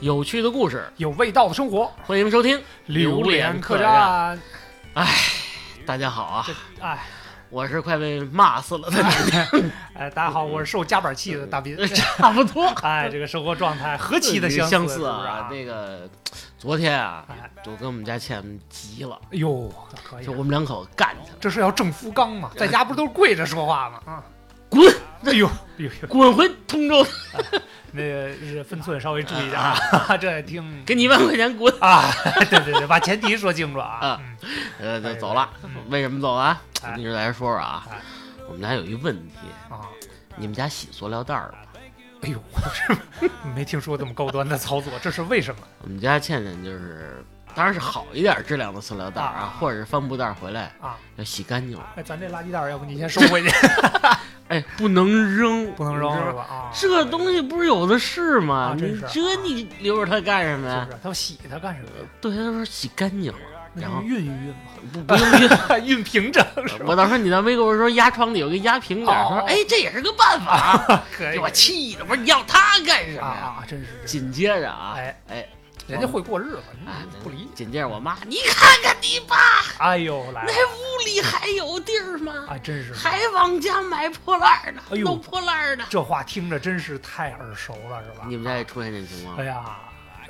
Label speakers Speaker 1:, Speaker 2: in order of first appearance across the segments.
Speaker 1: 有趣的故事，
Speaker 2: 有味道的生活，
Speaker 1: 欢迎收听《榴
Speaker 2: 莲
Speaker 1: 莲
Speaker 2: 客
Speaker 1: 客栈》。
Speaker 2: 栈。
Speaker 1: 大家好啊，
Speaker 2: 哎
Speaker 1: 我是快被骂死 了的你，
Speaker 2: 哎，大家好，我是受夹板气的大斌。
Speaker 1: 差不多，
Speaker 2: 哎，这个生活状态何其的
Speaker 1: 嗯呃相
Speaker 2: 似，是不是
Speaker 1: 啊！那个昨天啊
Speaker 2: 哎，
Speaker 1: 我跟我们家倩急了，
Speaker 2: 哎呦，可以
Speaker 1: 就，我们两口子干起来了，
Speaker 2: 这是要正夫刚嘛？在家不是都是跪着说话吗？啊，
Speaker 1: 滚，
Speaker 2: 哎呦，哎呦，
Speaker 1: 滚回通州，
Speaker 2: 那个是分寸稍微注意点啊，这听
Speaker 1: 给你一万块钱滚！
Speaker 2: 啊，对对对，把前提说清楚啊
Speaker 1: 啊。
Speaker 2: 嗯
Speaker 1: 呃，就
Speaker 2: 哎
Speaker 1: 走了
Speaker 2: 嗯。
Speaker 1: 为什么走啊？
Speaker 2: 哎
Speaker 1: 我跟你来说说啊
Speaker 2: 哎，
Speaker 1: 我们家有一问题，
Speaker 2: 啊，
Speaker 1: 你们家洗塑料袋儿吗？
Speaker 2: 哎呦，这没听说这么高端的操作，这是为什么？
Speaker 1: 我们家倩倩就是，当然是好一点质量的塑料袋儿啊
Speaker 2: 啊，
Speaker 1: 或者是帆布袋儿回来
Speaker 2: 啊，
Speaker 1: 要洗干净了。
Speaker 2: 哎，咱这垃圾袋儿，要不你先收 回去，
Speaker 1: 哎，不能扔，
Speaker 2: 不能扔
Speaker 1: 你知道
Speaker 2: 是
Speaker 1: 吗
Speaker 2: 吧？啊，
Speaker 1: 这东西不是有的是吗？
Speaker 2: 啊真
Speaker 1: 你
Speaker 2: 是
Speaker 1: 这你留着它干什么
Speaker 2: 是
Speaker 1: 呀
Speaker 2: 不？是？他洗它干什么呀？
Speaker 1: 对，他说洗干净了，
Speaker 2: 那
Speaker 1: 然
Speaker 2: 就
Speaker 1: 后
Speaker 2: 熨一熨嘛，
Speaker 1: 不不用 熨。
Speaker 2: 熨平整是吧？
Speaker 1: 我到时候你在微跟我说压窗底有个压平点儿，
Speaker 2: 哦
Speaker 1: 他说哎这也是个办法，
Speaker 2: 可
Speaker 1: 给
Speaker 2: 以
Speaker 1: 我气的，我说你要它干什
Speaker 2: 啊
Speaker 1: 么呀？
Speaker 2: 啊，真是 真是，
Speaker 1: 紧接着啊，
Speaker 2: 哎
Speaker 1: 哎
Speaker 2: 人家会过日子，
Speaker 1: 哎
Speaker 2: 你，不理解。
Speaker 1: 紧接着我妈，你看看你爸
Speaker 2: 哎呦，来了
Speaker 1: 那屋里还有地儿吗？
Speaker 2: 啊，真是
Speaker 1: 还往家买破烂儿呢，
Speaker 2: 哎呦
Speaker 1: 弄破烂儿呢。
Speaker 2: 这话听着真是太耳熟了，是吧？
Speaker 1: 你们家也出现这情况
Speaker 2: 啊哎
Speaker 1: 吗？
Speaker 2: 呀，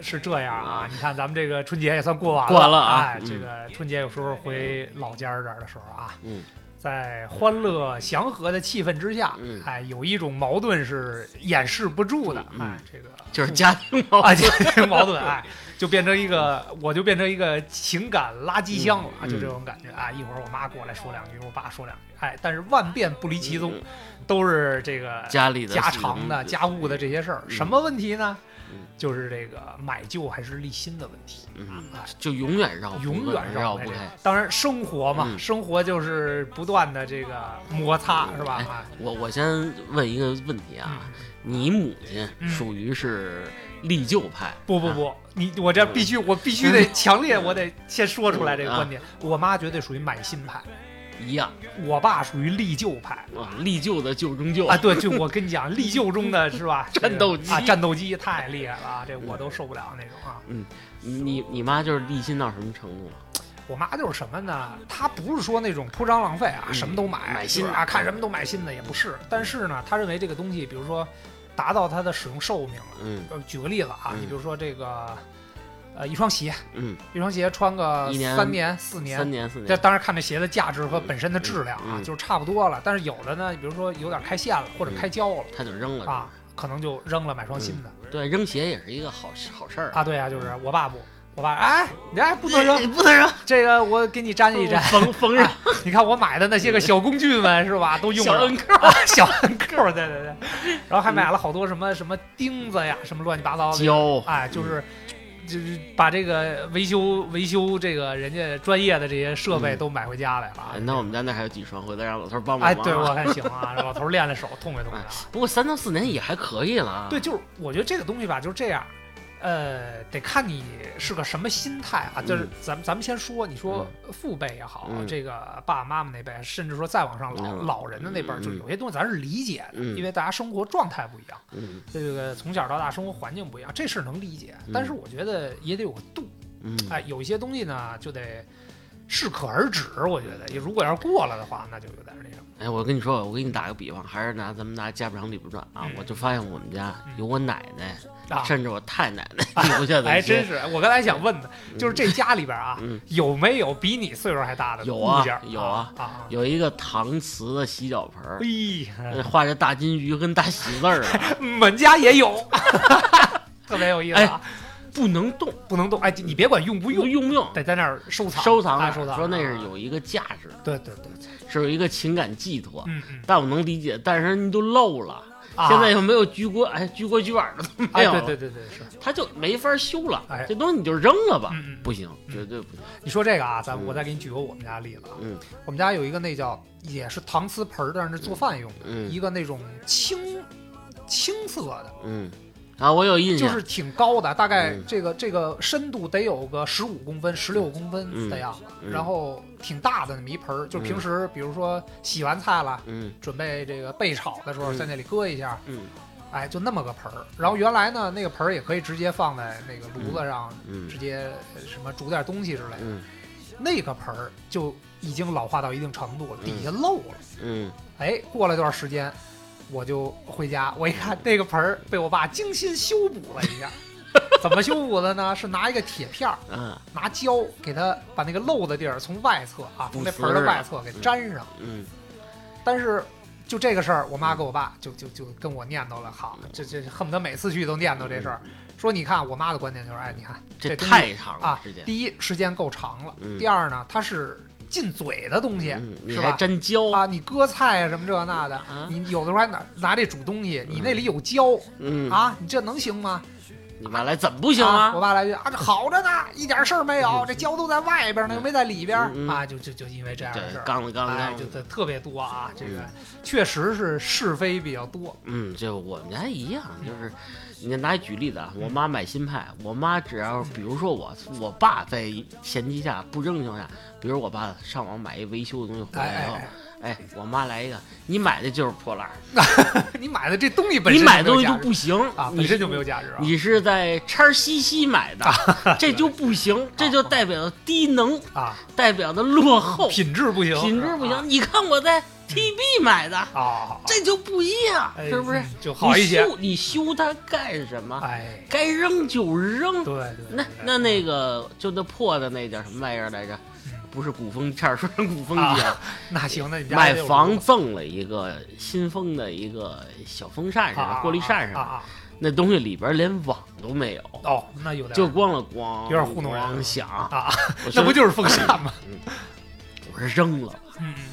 Speaker 2: 是这样啊
Speaker 1: 啊！
Speaker 2: 你看咱们这个春节也算过完了，
Speaker 1: 过完了啊
Speaker 2: 哎，
Speaker 1: 嗯
Speaker 2: 这个春节有时候回老家这儿的时候啊，
Speaker 1: 嗯，
Speaker 2: 在欢乐祥和的气氛之下，
Speaker 1: 嗯
Speaker 2: 哎，有一种矛盾是掩饰不住的，
Speaker 1: 嗯
Speaker 2: 哎，这个
Speaker 1: 就是家庭矛
Speaker 2: 啊，这个矛盾哎，就变成一个，我就变成一个情感垃圾箱了，
Speaker 1: 嗯
Speaker 2: 就这种感觉啊。一会儿我妈过来说两句，一会儿我爸说两句，哎，但是万变不离其宗，
Speaker 1: 嗯
Speaker 2: 都是这个
Speaker 1: 家里的
Speaker 2: 家常的、
Speaker 1: 嗯
Speaker 2: 家务的这些事儿。
Speaker 1: 嗯
Speaker 2: 什么问题呢
Speaker 1: 嗯？
Speaker 2: 就是这个买旧还是立新的问题，
Speaker 1: 嗯
Speaker 2: 啊，
Speaker 1: 就永远绕不
Speaker 2: 永远
Speaker 1: 绕
Speaker 2: 不
Speaker 1: 不开。。
Speaker 2: 当然，生活嘛，
Speaker 1: 嗯
Speaker 2: 生活就是不断的这个摩擦，是吧？
Speaker 1: 哎
Speaker 2: 啊，
Speaker 1: 我我先问一个问题啊，
Speaker 2: 嗯
Speaker 1: 你母亲
Speaker 2: 嗯
Speaker 1: 属于是立旧派？
Speaker 2: 不不
Speaker 1: 啊，
Speaker 2: 不，你我这必须，我必须
Speaker 1: 嗯
Speaker 2: 得强烈，我得先说出来这个观点。我妈绝对属于买新派，
Speaker 1: 一样
Speaker 2: 我爸属于立旧派。
Speaker 1: 啊，立旧的旧中旧
Speaker 2: 啊，。对，就我跟你讲，立旧中的是吧？这 个
Speaker 1: 战斗机
Speaker 2: 啊，战斗机太厉害了啊，这我都受不了那种啊。
Speaker 1: 你你你妈就是立新到什么程度了？啊
Speaker 2: 我妈就是什么呢？她不是说那种铺张浪费啊，
Speaker 1: 嗯
Speaker 2: 什么都买，
Speaker 1: 买新的
Speaker 2: 啊，看什么都买新的也不是。但是呢，她认为这个东西，比如说达到它的使用寿命了。
Speaker 1: 嗯
Speaker 2: 呃，举个例子啊，
Speaker 1: 嗯
Speaker 2: 你比如说这个，呃，一双鞋，
Speaker 1: 嗯，
Speaker 2: 一双鞋穿个
Speaker 1: 一年
Speaker 2: 三年、四年
Speaker 1: 三，年四
Speaker 2: 这
Speaker 1: 年，
Speaker 2: 当然看这鞋的价值和本身的质量啊，
Speaker 1: 嗯嗯嗯
Speaker 2: 就是差不多了。但是有的呢，比如说有点开线了或者开胶了、
Speaker 1: 她就扔了。
Speaker 2: 啊，可能就扔了买双新的、
Speaker 1: 对，扔鞋也是一个好好事儿。
Speaker 2: 啊。对啊，就是我爸不，我爸哎，你哎不能 扔，
Speaker 1: 不能扔，
Speaker 2: 这个我给你粘 一粘。啊
Speaker 1: 缝缝上
Speaker 2: 你看我买的那些个小工具们是吧，都
Speaker 1: 嗯
Speaker 2: 用
Speaker 1: 小
Speaker 2: 上
Speaker 1: 摁
Speaker 2: 了
Speaker 1: 扣儿。
Speaker 2: 啊，小摁扣儿，对对对。然后还买了好多什么什么钉子呀，什么乱七八糟的，
Speaker 1: 胶啊
Speaker 2: 哎，就是。就是把这个维修维修这个人家专业的这些设备
Speaker 1: 嗯
Speaker 2: 都买回家来了啊
Speaker 1: 哎，那我们家那还有几双，回头让老头儿帮帮
Speaker 2: 哎，
Speaker 1: 忙啊。嗯
Speaker 2: 对我看行啊，老头儿练练手，痛快痛快啊。
Speaker 1: 不过三到四年也还可以了啊。
Speaker 2: 对，就是我觉得这个东西吧，就是这样，呃，得看你是个什么心态啊。就是
Speaker 1: 嗯
Speaker 2: 咱们咱们先说，你说父辈也好，
Speaker 1: 嗯
Speaker 2: 这个爸爸妈妈那辈，甚至说再往上老、
Speaker 1: 嗯
Speaker 2: 老人的那辈儿，
Speaker 1: 嗯
Speaker 2: 就有些东西咱是理解的，
Speaker 1: 嗯
Speaker 2: 因为大家生活状态不一样，
Speaker 1: 嗯
Speaker 2: 这个从小到大生活环境不一样，这事儿能理解。但是我觉得也得有个度，
Speaker 1: 嗯，
Speaker 2: 哎，有一些东西呢就得适可而止。我觉得，如果要是过了的话，那就有点那什么。
Speaker 1: 哎，我跟你说，我给你打个比方，还是拿咱们拿家不长理不短啊
Speaker 2: 嗯，
Speaker 1: 我就发现我们家
Speaker 2: 嗯
Speaker 1: 有我奶奶，
Speaker 2: 啊
Speaker 1: 甚至我太奶奶留下的
Speaker 2: 哎，
Speaker 1: 一些
Speaker 2: 真是！我刚才想问的，就是这家里边啊
Speaker 1: 嗯，
Speaker 2: 有没有比你岁数还大的
Speaker 1: 有
Speaker 2: 物
Speaker 1: 啊
Speaker 2: 件儿？
Speaker 1: 有
Speaker 2: 啊
Speaker 1: 啊
Speaker 2: 啊！
Speaker 1: 有一个搪瓷的洗脚盆儿，
Speaker 2: 哎，
Speaker 1: 呃画着大金鱼跟大喜字儿啊，
Speaker 2: 们家也有， 特别有意思啊！
Speaker 1: 哎不能动，
Speaker 2: 不能动，哎，你别管用不
Speaker 1: 用
Speaker 2: 用，
Speaker 1: 用不用？
Speaker 2: 得在那儿收藏，
Speaker 1: 收藏
Speaker 2: 啊
Speaker 1: 啊
Speaker 2: 收藏。
Speaker 1: 说那是，有一啊个价值，
Speaker 2: 对对对，
Speaker 1: 是有一个情感寄托，
Speaker 2: 嗯嗯。
Speaker 1: 但我能理解，但是你都漏了，
Speaker 2: 啊
Speaker 1: 现在又没有居锅，哎，居锅居碗的都没
Speaker 2: 哎，
Speaker 1: 有
Speaker 2: 对
Speaker 1: 了
Speaker 2: 对，对对是。
Speaker 1: 他就没法修了
Speaker 2: 哎，
Speaker 1: 这东西你就扔了吧
Speaker 2: 嗯嗯，
Speaker 1: 不行，
Speaker 2: 嗯
Speaker 1: 绝对不行，
Speaker 2: 你说这个啊，咱
Speaker 1: 嗯
Speaker 2: 我再给你举个我们家例子啊，
Speaker 1: 嗯
Speaker 2: 我们家有一个那叫也是搪瓷盆儿，但是做饭用的，
Speaker 1: 嗯
Speaker 2: 一个那种青青色的。
Speaker 1: 嗯，啊，我有印
Speaker 2: 就
Speaker 1: 象，
Speaker 2: 是挺高的，大概
Speaker 1: 嗯
Speaker 2: 这个这个深度得有个十五公分、十六公分的样子，
Speaker 1: 嗯
Speaker 2: 然后挺大的那么一盆儿，就平时比如说洗完菜了，
Speaker 1: 嗯
Speaker 2: 准备这个备炒的时候，
Speaker 1: 嗯
Speaker 2: 在那里搁一下，
Speaker 1: 嗯
Speaker 2: 哎，就那么个盆儿。然后原来呢，那个盆儿也可以直接放在那个炉子上，
Speaker 1: 嗯
Speaker 2: 直接什么煮点东西之类的。
Speaker 1: 嗯
Speaker 2: 那个盆儿就已经老化到一定程度了，
Speaker 1: 嗯
Speaker 2: 底下漏了。
Speaker 1: 嗯，
Speaker 2: 哎，过了段时间，我就回家，我一看那个盆儿被我爸精心修补了 一下。怎么修补的呢？是拿一个铁片儿，
Speaker 1: 啊，
Speaker 2: 拿胶给它把那个漏的地儿从外侧啊，从那
Speaker 1: 补
Speaker 2: 盆
Speaker 1: 丝
Speaker 2: 儿的
Speaker 1: 儿
Speaker 2: 外侧给粘上。
Speaker 1: 嗯
Speaker 2: 但是就这个事儿，我妈跟我爸就就就跟我念叨了，好，
Speaker 1: 嗯
Speaker 2: 这这恨不得每次去都念叨这事儿，说你看我妈的观点就是，哎，你看
Speaker 1: 这
Speaker 2: 东西
Speaker 1: 太长了
Speaker 2: 啊，
Speaker 1: 时间，
Speaker 2: 第一时间够长了，
Speaker 1: 嗯
Speaker 2: 第二呢，它是进嘴的东西，
Speaker 1: 嗯你
Speaker 2: 是
Speaker 1: 还
Speaker 2: 吧？
Speaker 1: 粘胶，
Speaker 2: 啊，你割菜啊什么这那的，
Speaker 1: 啊
Speaker 2: 你有的时候还拿拿这煮东西，你那里有胶、
Speaker 1: 嗯，
Speaker 2: 啊，你这能行吗？
Speaker 1: 你爸来怎么不行
Speaker 2: 啊
Speaker 1: 啊？
Speaker 2: 我
Speaker 1: 嗯
Speaker 2: 爸来一句啊，这好着呢，一点事儿没有，这胶都在外边呢，又没在里边、
Speaker 1: 嗯嗯
Speaker 2: 啊，就就就因为这样的
Speaker 1: 对
Speaker 2: 事，儿。
Speaker 1: 刚了刚了
Speaker 2: 哎，
Speaker 1: 刚嗯
Speaker 2: 就
Speaker 1: 了，
Speaker 2: 特特别多啊，这个确实是是非比较多。
Speaker 1: 嗯，这我们家一样，就是你拿一举例子啊，我妈买新派，我妈只要比如说我我爸在前提下不争情况下，比如我爸上网买一维修的东西回
Speaker 2: 哎
Speaker 1: 来以后，
Speaker 2: 哎
Speaker 1: 哎，我妈来一个，你买的就是破烂儿，
Speaker 2: 哎，你买的这东西本
Speaker 1: 你
Speaker 2: 身
Speaker 1: 买的东
Speaker 2: 没有
Speaker 1: 西就
Speaker 2: 价值
Speaker 1: 不行
Speaker 2: 啊，
Speaker 1: 你
Speaker 2: 本
Speaker 1: 是
Speaker 2: 身就没有价值啊。
Speaker 1: 你是在叉西西买 的，这就不行，这就代表低能，
Speaker 2: 啊，
Speaker 1: 代表的落后，
Speaker 2: 品质不行，啊
Speaker 1: 品质不
Speaker 2: 是吧
Speaker 1: 行。你看我在 TB 买的，
Speaker 2: 啊啊，
Speaker 1: 这就不一样，
Speaker 2: 哎
Speaker 1: 是不是？
Speaker 2: 就好一些
Speaker 1: 你？修你修它干什么？
Speaker 2: 哎，
Speaker 1: 该扔就扔。
Speaker 2: 对对，
Speaker 1: 那
Speaker 2: 对
Speaker 1: 那那个就那破的那叫什么玩意儿来着？不是鼓风差点说成鼓风机 啊！
Speaker 2: 那行，那你家
Speaker 1: 买
Speaker 2: 得有
Speaker 1: 房赠了一个新风的一个小风扇
Speaker 2: 啊
Speaker 1: 上，
Speaker 2: 啊
Speaker 1: 过滤扇
Speaker 2: 啊
Speaker 1: 上，
Speaker 2: 啊，
Speaker 1: 那东西里边连网都没有。
Speaker 2: 啊哦，那有点
Speaker 1: 就光了光，
Speaker 2: 有点糊弄人
Speaker 1: 咣响，
Speaker 2: 啊，
Speaker 1: 我说
Speaker 2: 那不就是风扇吗？
Speaker 1: 我说扔了，
Speaker 2: 嗯嗯嗯，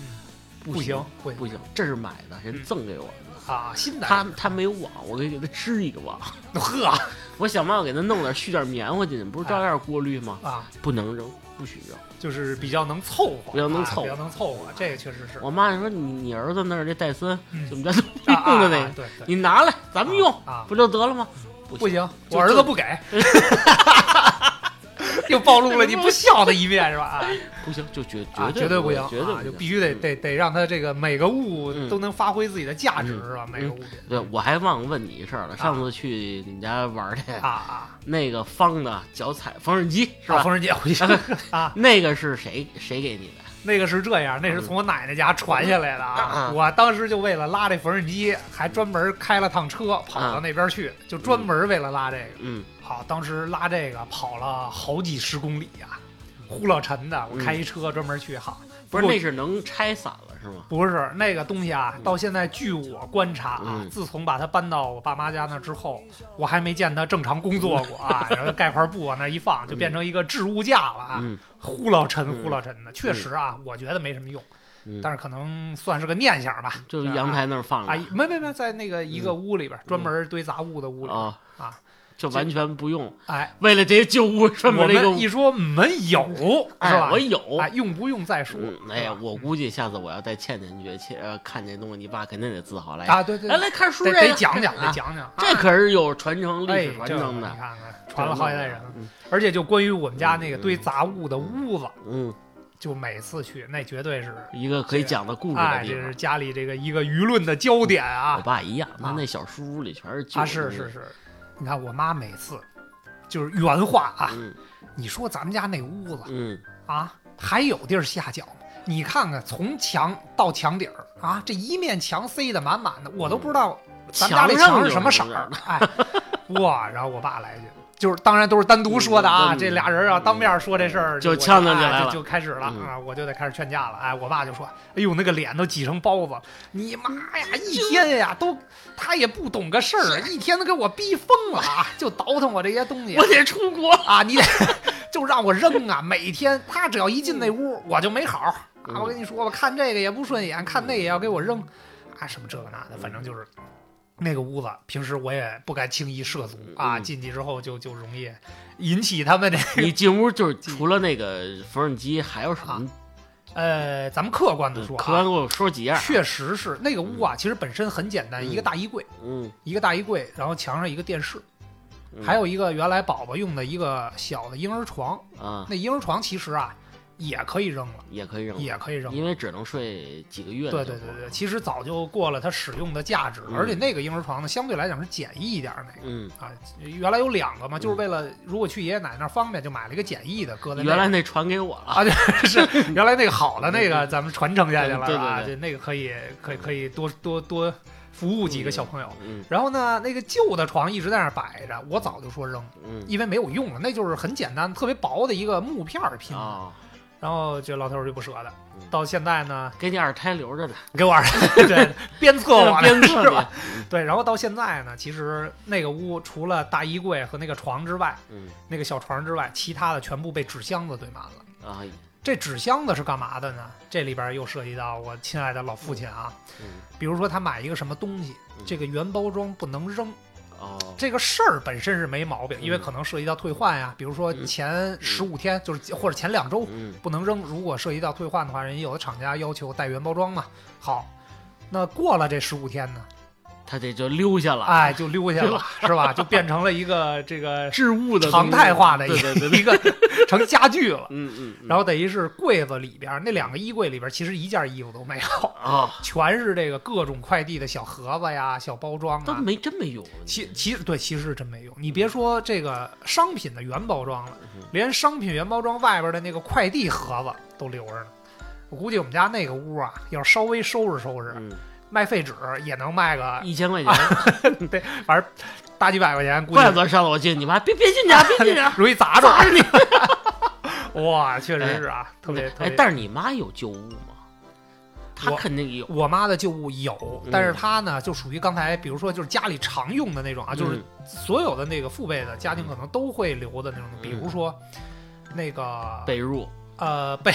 Speaker 1: 不
Speaker 2: 行嗯
Speaker 1: 行，
Speaker 2: 不
Speaker 1: 不行，这是买的，人赠给我的，
Speaker 2: 啊，新的
Speaker 1: 他他没有网，我可以给他织一个网，
Speaker 2: 呵啊
Speaker 1: 我想办法给他弄点续点棉花进去，不是照
Speaker 2: 哎
Speaker 1: 样过滤吗？
Speaker 2: 啊，
Speaker 1: 不能扔，不许扔。
Speaker 2: 就是比较能凑合，
Speaker 1: 比较能
Speaker 2: 啊
Speaker 1: 凑合
Speaker 2: 比较能凑合，这个确实是
Speaker 1: 我妈说你你儿子那儿这戴森，
Speaker 2: 嗯
Speaker 1: 我们家都不
Speaker 2: 啊啊
Speaker 1: 用的
Speaker 2: 啊
Speaker 1: 那个，
Speaker 2: 对对，
Speaker 1: 你拿来咱们用，
Speaker 2: 啊，
Speaker 1: 不就得了吗？
Speaker 2: 不行，
Speaker 1: 就
Speaker 2: 我儿子
Speaker 1: 就
Speaker 2: 不给，又暴露了你不孝的一面是吧？啊
Speaker 1: 不行，就 绝
Speaker 2: 啊，
Speaker 1: 绝
Speaker 2: 对
Speaker 1: 不
Speaker 2: 行，
Speaker 1: 绝对
Speaker 2: 啊，
Speaker 1: 不
Speaker 2: 就
Speaker 1: 行。
Speaker 2: 必须得
Speaker 1: 嗯
Speaker 2: 得得让他这个每个物
Speaker 1: 嗯
Speaker 2: 都能发挥自己的价值
Speaker 1: 嗯
Speaker 2: 是吧？每个物品
Speaker 1: 对，我还忘了问你一事儿了，上次去你家玩儿去，
Speaker 2: 啊啊，
Speaker 1: 那个方的脚踩缝纫机是
Speaker 2: 啊
Speaker 1: 吧？
Speaker 2: 缝纫机 回去啊，
Speaker 1: 那个是谁谁给你的？
Speaker 2: 那个是这样，那是从我奶奶家传下来的啊。
Speaker 1: 啊
Speaker 2: 我当时就为了拉这缝纫机，还专门开了趟车跑到那边
Speaker 1: 啊
Speaker 2: 去，就专门为了拉这个。
Speaker 1: 嗯，
Speaker 2: 好，当时拉这个跑了好几十公里啊，
Speaker 1: 嗯
Speaker 2: 呼老沉的，我开一车专门去好。
Speaker 1: 不是，
Speaker 2: 过
Speaker 1: 那是能拆散了是吗？
Speaker 2: 不是那个东西啊，到现在据我观察啊，
Speaker 1: 嗯
Speaker 2: 自从把它搬到我爸妈家那之后，我还没见它正常工作过 啊。然后盖块布往那一放，就变成一个置物架了啊，
Speaker 1: 嗯
Speaker 2: 呼老沉
Speaker 1: 嗯
Speaker 2: 呼老沉的。确实啊，我觉得没什么用，
Speaker 1: 嗯
Speaker 2: 但是可能算是个念想吧。
Speaker 1: 就是
Speaker 2: 是吧
Speaker 1: 阳台那儿放
Speaker 2: 啊
Speaker 1: 着，
Speaker 2: 没没没，在那个一
Speaker 1: 嗯
Speaker 2: 个屋里边，专门堆杂物的屋里边
Speaker 1: 啊，
Speaker 2: 啊。
Speaker 1: 就完全不用。
Speaker 2: 哎，
Speaker 1: 为了这些旧物，
Speaker 2: 我
Speaker 1: 专门这个
Speaker 2: 们
Speaker 1: 屋
Speaker 2: 一，说没有是
Speaker 1: 哎，
Speaker 2: 吧
Speaker 1: 我？有。
Speaker 2: 啊，用不用再说
Speaker 1: 嗯，？哎呀
Speaker 2: 是，吧
Speaker 1: 我估计下次我要带倩倩去，切呃，看见东西，你爸肯定得自豪来。
Speaker 2: 啊，对对
Speaker 1: 来
Speaker 2: 对，
Speaker 1: 来看书
Speaker 2: 得
Speaker 1: 哎这
Speaker 2: 得
Speaker 1: 个
Speaker 2: 讲讲，
Speaker 1: 啊
Speaker 2: 得讲讲。
Speaker 1: 这可是有传承历
Speaker 2: 哎，
Speaker 1: 史传
Speaker 2: 这
Speaker 1: 承
Speaker 2: 你
Speaker 1: 的。
Speaker 2: 看看，传了好几代人了。
Speaker 1: 嗯
Speaker 2: 而且就关于我们家那个堆杂物的屋子，
Speaker 1: 嗯，
Speaker 2: 就每次去，那绝对是，
Speaker 1: 一个可以讲的故事的
Speaker 2: 哎，
Speaker 1: 地
Speaker 2: 这
Speaker 1: 方
Speaker 2: 是。家里这个一个舆论的焦点
Speaker 1: 我
Speaker 2: 啊！
Speaker 1: 爸一样，他
Speaker 2: 啊
Speaker 1: 那小书屋里全是旧东
Speaker 2: 啊，
Speaker 1: 西。
Speaker 2: 是是是，你看我妈每次就是原话啊，
Speaker 1: 嗯
Speaker 2: 你说咱们家那屋子
Speaker 1: 嗯
Speaker 2: 啊，还有地儿下脚吗？你看看，从墙到墙底儿啊，这一面墙塞得满满的，我都不知道咱们家这
Speaker 1: 墙上
Speaker 2: 墙是
Speaker 1: 有
Speaker 2: 什么色
Speaker 1: 什么
Speaker 2: 儿。 哎，哇！然后我爸来一句，就是当然都是单独说的啊，
Speaker 1: 嗯
Speaker 2: 这俩人啊当面说这事儿
Speaker 1: 就
Speaker 2: 我
Speaker 1: 呛呛起
Speaker 2: 哎
Speaker 1: 来
Speaker 2: 就
Speaker 1: 了
Speaker 2: 就开始了
Speaker 1: 嗯
Speaker 2: 啊，我就得开始劝架了。哎，我爸就说：“哎呦，那个脸都挤成包子，你妈呀，一天呀都他也不懂个事儿，一天都给我逼疯了啊，就倒腾我这些东西。”
Speaker 1: 我得出国。
Speaker 2: 啊，你得就让我扔啊！每天他只要一进那屋，我就没好啊！
Speaker 1: 嗯
Speaker 2: 我跟你说，我看这个也不顺眼，看那也要给我扔，啊，什么这个那的，反正就是那个屋子，平时我也不敢轻易涉足啊，
Speaker 1: 嗯
Speaker 2: 进去之后就就容易引起他们的
Speaker 1: 你进屋就是除了那个缝纫机，还有什
Speaker 2: 啊
Speaker 1: 么？
Speaker 2: 呃，咱们客观的
Speaker 1: 嗯
Speaker 2: 说
Speaker 1: 客官
Speaker 2: 啊，
Speaker 1: 给我说几样。
Speaker 2: 确实是那个屋啊，其实本身很简单，
Speaker 1: 嗯
Speaker 2: 一个大衣柜，
Speaker 1: 嗯，
Speaker 2: 一个大衣柜，然后墙上一个电视，
Speaker 1: 嗯
Speaker 2: 还有一个原来宝宝用的一个小的婴儿床，
Speaker 1: 啊，
Speaker 2: 那婴儿床其实啊，也可以扔了，
Speaker 1: 也可以扔，
Speaker 2: 也可以扔。
Speaker 1: 因为只能睡几个月
Speaker 2: 对
Speaker 1: 的
Speaker 2: 对
Speaker 1: 情况。
Speaker 2: 对对，其实早就过了它使用的价值，
Speaker 1: 嗯
Speaker 2: 而且那个婴儿床呢，相对来讲是简易一点儿那个。
Speaker 1: 嗯，
Speaker 2: 啊，原来有两个嘛，就是为了如果去爷爷奶奶那儿方便，就买了一个简易的，搁在那
Speaker 1: 原
Speaker 2: 儿
Speaker 1: 来那传给我了。
Speaker 2: 啊，对，是 原来那个好的那个，咱们传承下去
Speaker 1: 嗯
Speaker 2: 了
Speaker 1: 对对对
Speaker 2: 啊，这那个可以可以可以多多多服务几个小朋友。
Speaker 1: 嗯
Speaker 2: 然后呢，那个旧的床一直在那儿摆着，我早就说扔，
Speaker 1: 嗯
Speaker 2: 因为没有用了，那就是很简单、特别薄的一个木片儿拼的。
Speaker 1: 啊，
Speaker 2: 然后这老头儿就不舍得
Speaker 1: 嗯，
Speaker 2: 到现在呢，
Speaker 1: 给你二胎留着呢，
Speaker 2: 给我儿子 对鞭策我呢
Speaker 1: 鞭策
Speaker 2: 是
Speaker 1: 你
Speaker 2: 吧？对，然后到现在呢，其实那个屋除了大衣柜和那个床之外，
Speaker 1: 嗯
Speaker 2: 那个小床之外，其他的全部被纸箱子堆满了。
Speaker 1: 啊，
Speaker 2: 这纸箱子是干嘛的呢？这里边又涉及到我亲爱的老父亲啊，
Speaker 1: 嗯
Speaker 2: 比如说他买一个什么东西
Speaker 1: 嗯，
Speaker 2: 这个原包装不能扔，
Speaker 1: 哦，
Speaker 2: 这个事儿本身是没毛病，因为可能涉及到退换呀，比如说
Speaker 1: 嗯
Speaker 2: 前十五天就是或者前两周
Speaker 1: 嗯
Speaker 2: 不能扔，如果涉及到退换的话，人家有的厂家要求带原包装嘛。好，那过了这十五天呢，
Speaker 1: 他这就溜下了，
Speaker 2: 哎，就溜下了，是吧？就变成了一个这个
Speaker 1: 置物的
Speaker 2: 常态化的一
Speaker 1: 东西对对对，对
Speaker 2: 一个 成家具了。
Speaker 1: 嗯嗯嗯，
Speaker 2: 然后等于是柜子里边那两个衣柜里边，其实一件衣服都没有，
Speaker 1: 啊，
Speaker 2: 全是这个各种快递的小盒子呀、小包装
Speaker 1: 都
Speaker 2: 啊。
Speaker 1: 没真没用，
Speaker 2: 其其实对，其实真没用。你别说这个商品的原包装了
Speaker 1: 嗯，
Speaker 2: 连商品原包装外边的那个快递盒子都留着呢。我估计我们家那个屋啊，要是稍微收拾收拾，
Speaker 1: 嗯，
Speaker 2: 卖废纸也能卖个
Speaker 1: 一千块钱，
Speaker 2: 大几百块钱，啊估计，
Speaker 1: 怪不得上次我进你妈，别别进家，别进啊家
Speaker 2: 容易哎砸着你。 哇，确实是啊，特别特
Speaker 1: 哎
Speaker 2: 别，。
Speaker 1: 但是你妈有旧物吗？她
Speaker 2: 我啊
Speaker 1: 肯定有，
Speaker 2: 我妈的旧物有
Speaker 1: 嗯，
Speaker 2: 但是她呢，就属于刚才，比如说就是家里常用的那种啊，就是
Speaker 1: 嗯
Speaker 2: 所有的那个父辈的家庭可能都会留的那种
Speaker 1: 嗯，
Speaker 2: 比如说那个
Speaker 1: 被褥，
Speaker 2: 呃 被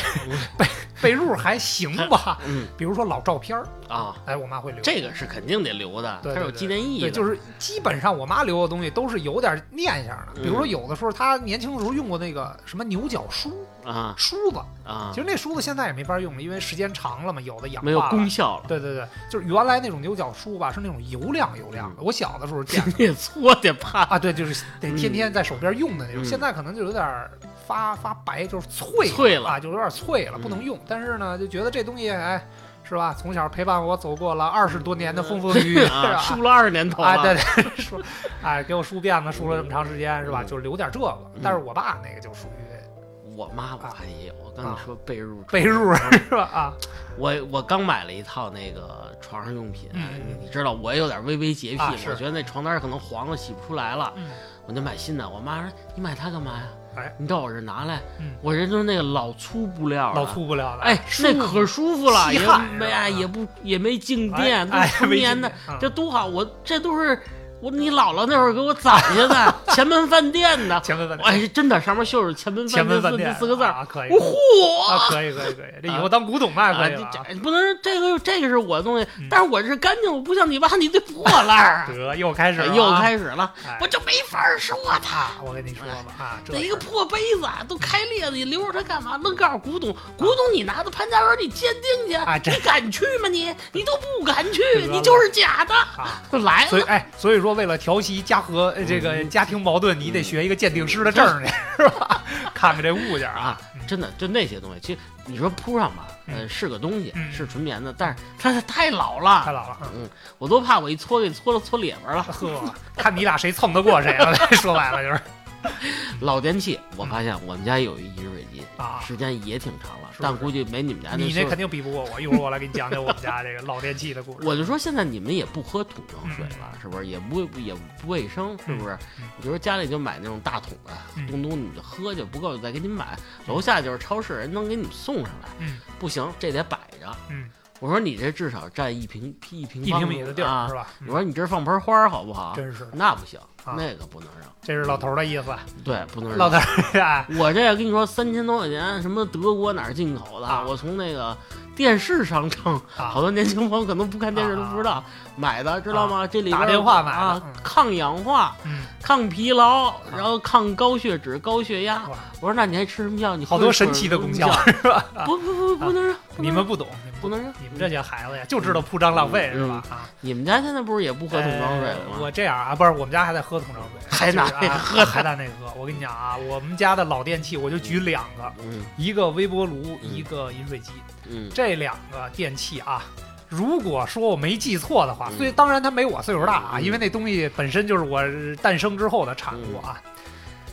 Speaker 2: 被被褥还行吧，
Speaker 1: 嗯
Speaker 2: 比如说老照片儿，
Speaker 1: 啊，
Speaker 2: 哎，我妈会留。
Speaker 1: 这个是肯定得留的，
Speaker 2: 对
Speaker 1: 它有
Speaker 2: 对
Speaker 1: 纪念意义
Speaker 2: 对，
Speaker 1: 的，
Speaker 2: 就是基本上我妈留的东西都是有点念想的，比如说有的时候她年轻的时候用过那个什么牛角梳
Speaker 1: 啊
Speaker 2: 梳子，
Speaker 1: 啊
Speaker 2: 其，实那梳子现在也没法用了，因为时间长了嘛，有的氧
Speaker 1: 没有
Speaker 2: 化了
Speaker 1: 功效了，
Speaker 2: 对对对，就是原来那种牛角梳吧，是那种油亮油亮
Speaker 1: 嗯
Speaker 2: 的。我小的时候见
Speaker 1: 你搓得怕，
Speaker 2: 啊，对，就是得天天在手边用的那
Speaker 1: 嗯
Speaker 2: 种。现在可能就有点儿发发白，就是脆
Speaker 1: 脆嗯
Speaker 2: 了啊，就有点脆了，不能用。但是呢，就觉得这东西哎，是吧？从小陪伴我走过了二十多年的风风雨 雨，是
Speaker 1: 啊，
Speaker 2: 吧？
Speaker 1: 梳了二十年头
Speaker 2: 啊，对
Speaker 1: 了，
Speaker 2: 对，梳，哎，给我梳辫子梳了这么长时间，是吧？
Speaker 1: 嗯
Speaker 2: 就留点这个。但是我爸那个就属于
Speaker 1: 我妈我爸也有，我跟你说被褥，
Speaker 2: 啊被褥， 是吧？啊，
Speaker 1: 我我刚买了一套那个床上用品，
Speaker 2: 嗯嗯
Speaker 1: 你知道我也有点微微洁癖，
Speaker 2: 啊
Speaker 1: 我
Speaker 2: 是
Speaker 1: 觉得那床单可能黄了洗不出来了，
Speaker 2: 嗯
Speaker 1: 我就买新的。我妈说你买它干嘛呀？
Speaker 2: 哎
Speaker 1: 你到我这拿来，
Speaker 2: 嗯
Speaker 1: 我人就是那个老粗布料，
Speaker 2: 老，粗不了的，
Speaker 1: 哎，那
Speaker 2: 舒服
Speaker 1: 可舒服了，
Speaker 2: 吸
Speaker 1: 也
Speaker 2: 汗是
Speaker 1: 没
Speaker 2: 吧
Speaker 1: 哎也不也没静
Speaker 2: 哎
Speaker 1: 电，
Speaker 2: 哎
Speaker 1: 都纯
Speaker 2: 没劲
Speaker 1: 棉的，
Speaker 2: 嗯
Speaker 1: 这多好，我这都是。我你姥姥那会儿给我攒下 的前门饭店的，
Speaker 2: 前门饭店
Speaker 1: 哎，真的上面绣着前门
Speaker 2: 前
Speaker 1: 饭店
Speaker 2: 门饭
Speaker 1: 四
Speaker 2: 店
Speaker 1: 这四个字儿，
Speaker 2: 啊，可以
Speaker 1: 我。嚯
Speaker 2: 啊，可以可以可以，这以后当古董卖
Speaker 1: 啊，
Speaker 2: 可以了
Speaker 1: 这
Speaker 2: 啊。
Speaker 1: 这不能说这个这个是我的东西
Speaker 2: 嗯，
Speaker 1: 但是我这干净，我不像你爸，你得破烂儿，哎
Speaker 2: 得，又开始了啊
Speaker 1: 又，开始了
Speaker 2: 哎，
Speaker 1: 我就没法说他。
Speaker 2: 我跟你说吧啊，这
Speaker 1: 那一个破杯子啊都开裂了，你留着它干嘛？扔告诉古董，古董你拿到潘家园你鉴定去，
Speaker 2: 哎这
Speaker 1: 你敢去吗你？你都不敢去
Speaker 2: 得，了
Speaker 1: 你就是假的。
Speaker 2: 啊，
Speaker 1: 来
Speaker 2: 所以
Speaker 1: 了，
Speaker 2: 哎，所以说为了调息家和呃这
Speaker 1: 嗯
Speaker 2: 个家庭矛盾，你得学一个鉴定师的证儿去，是吧？看看这物件啊，
Speaker 1: 啊，真的就那些东西，其实你说铺上吧，呃，是个东西，
Speaker 2: 嗯
Speaker 1: 是纯棉的，但是它太老
Speaker 2: 太
Speaker 1: 了，
Speaker 2: 老了。嗯
Speaker 1: 我都怕我一搓给搓了搓脸边了。
Speaker 2: 呵，看你俩谁蹭得过谁了。说白了就是
Speaker 1: 老电器，我发现我们家有一饮水机，
Speaker 2: 嗯啊，
Speaker 1: 时间也挺长了，
Speaker 2: 是不是
Speaker 1: 但估计没你们家
Speaker 2: 你
Speaker 1: 哎那
Speaker 2: 那
Speaker 1: 岁
Speaker 2: 肯
Speaker 1: 数。
Speaker 2: 定比不过我。一会儿我来给你讲讲我们家这个老电器的故事。
Speaker 1: 我就说现在你们也不喝桶装水了，
Speaker 2: 嗯
Speaker 1: 是不是？也不也不卫生，是不是？
Speaker 2: 嗯
Speaker 1: 我就说家里就买那种大桶的，
Speaker 2: 嗯
Speaker 1: 咚咚你就喝就不够，再给你买。楼下就是超市，人能给你们送上来。
Speaker 2: 嗯
Speaker 1: 不行，这得摆着。
Speaker 2: 嗯，
Speaker 1: 我说你这至少占一平一平
Speaker 2: 一
Speaker 1: 方
Speaker 2: 平米的地儿
Speaker 1: 啊
Speaker 2: 是。吧？嗯
Speaker 1: 我说你这放盆花儿好不好？
Speaker 2: 真是的，
Speaker 1: 那不行，
Speaker 2: 啊
Speaker 1: 那个不能扔。
Speaker 2: 这是老头儿的意思。
Speaker 1: 对，不能扔。
Speaker 2: 老头儿，哎
Speaker 1: 我这跟你说，三千多块钱，什么德国哪儿进口的？
Speaker 2: 啊
Speaker 1: 我从那个电视 商城，
Speaker 2: 啊
Speaker 1: 好多年轻朋友可能不看电视都不知道买的，知道吗？这里边
Speaker 2: 啊打电话买的
Speaker 1: 啊
Speaker 2: 嗯，啊
Speaker 1: 抗氧化、
Speaker 2: 嗯，
Speaker 1: 抗疲劳，然后抗高血脂、高血压
Speaker 2: 哇。
Speaker 1: 我说那你还吃什么药？你喝
Speaker 2: 嗯好多
Speaker 1: 水
Speaker 2: 神奇的
Speaker 1: 喝
Speaker 2: 功
Speaker 1: 什
Speaker 2: 效
Speaker 1: 么
Speaker 2: 是吧？啊
Speaker 1: 不不不，不能扔，不
Speaker 2: 你
Speaker 1: 能
Speaker 2: 们
Speaker 1: 扔
Speaker 2: 不懂，
Speaker 1: 不能扔。
Speaker 2: 你们这些孩子呀，就知道铺张浪费是吧？啊，
Speaker 1: 你们家现在不是也不喝桶装水了
Speaker 2: 呃
Speaker 1: 吗？
Speaker 2: 我这样啊，不是我们家还在喝桶装水，
Speaker 1: 还拿那个
Speaker 2: 喝，还拿那个喝。我跟你讲啊，我们家的老电器我就举两个，
Speaker 1: 嗯
Speaker 2: 一个微波炉，
Speaker 1: 嗯
Speaker 2: 一个饮水机，
Speaker 1: 嗯
Speaker 2: 这两个电器啊。如果说我没记错的话，
Speaker 1: 嗯
Speaker 2: 所以当然它没我岁数大啊，
Speaker 1: 嗯
Speaker 2: 因为那东西本身就是我诞生之后的产物啊，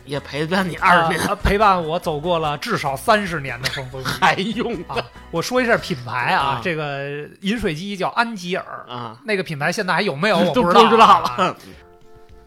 Speaker 1: 也陪伴你二十年，
Speaker 2: 呃陪伴我走过了至少三十年的风风雨雨。
Speaker 1: 还用
Speaker 2: 啊，我说一下品牌啊
Speaker 1: 啊，
Speaker 2: 这个饮水机叫安吉尔，
Speaker 1: 啊？
Speaker 2: 那个品牌现在还有 没有我
Speaker 1: 都
Speaker 2: 知
Speaker 1: 不
Speaker 2: 道
Speaker 1: 知道
Speaker 2: 啊。
Speaker 1: 了。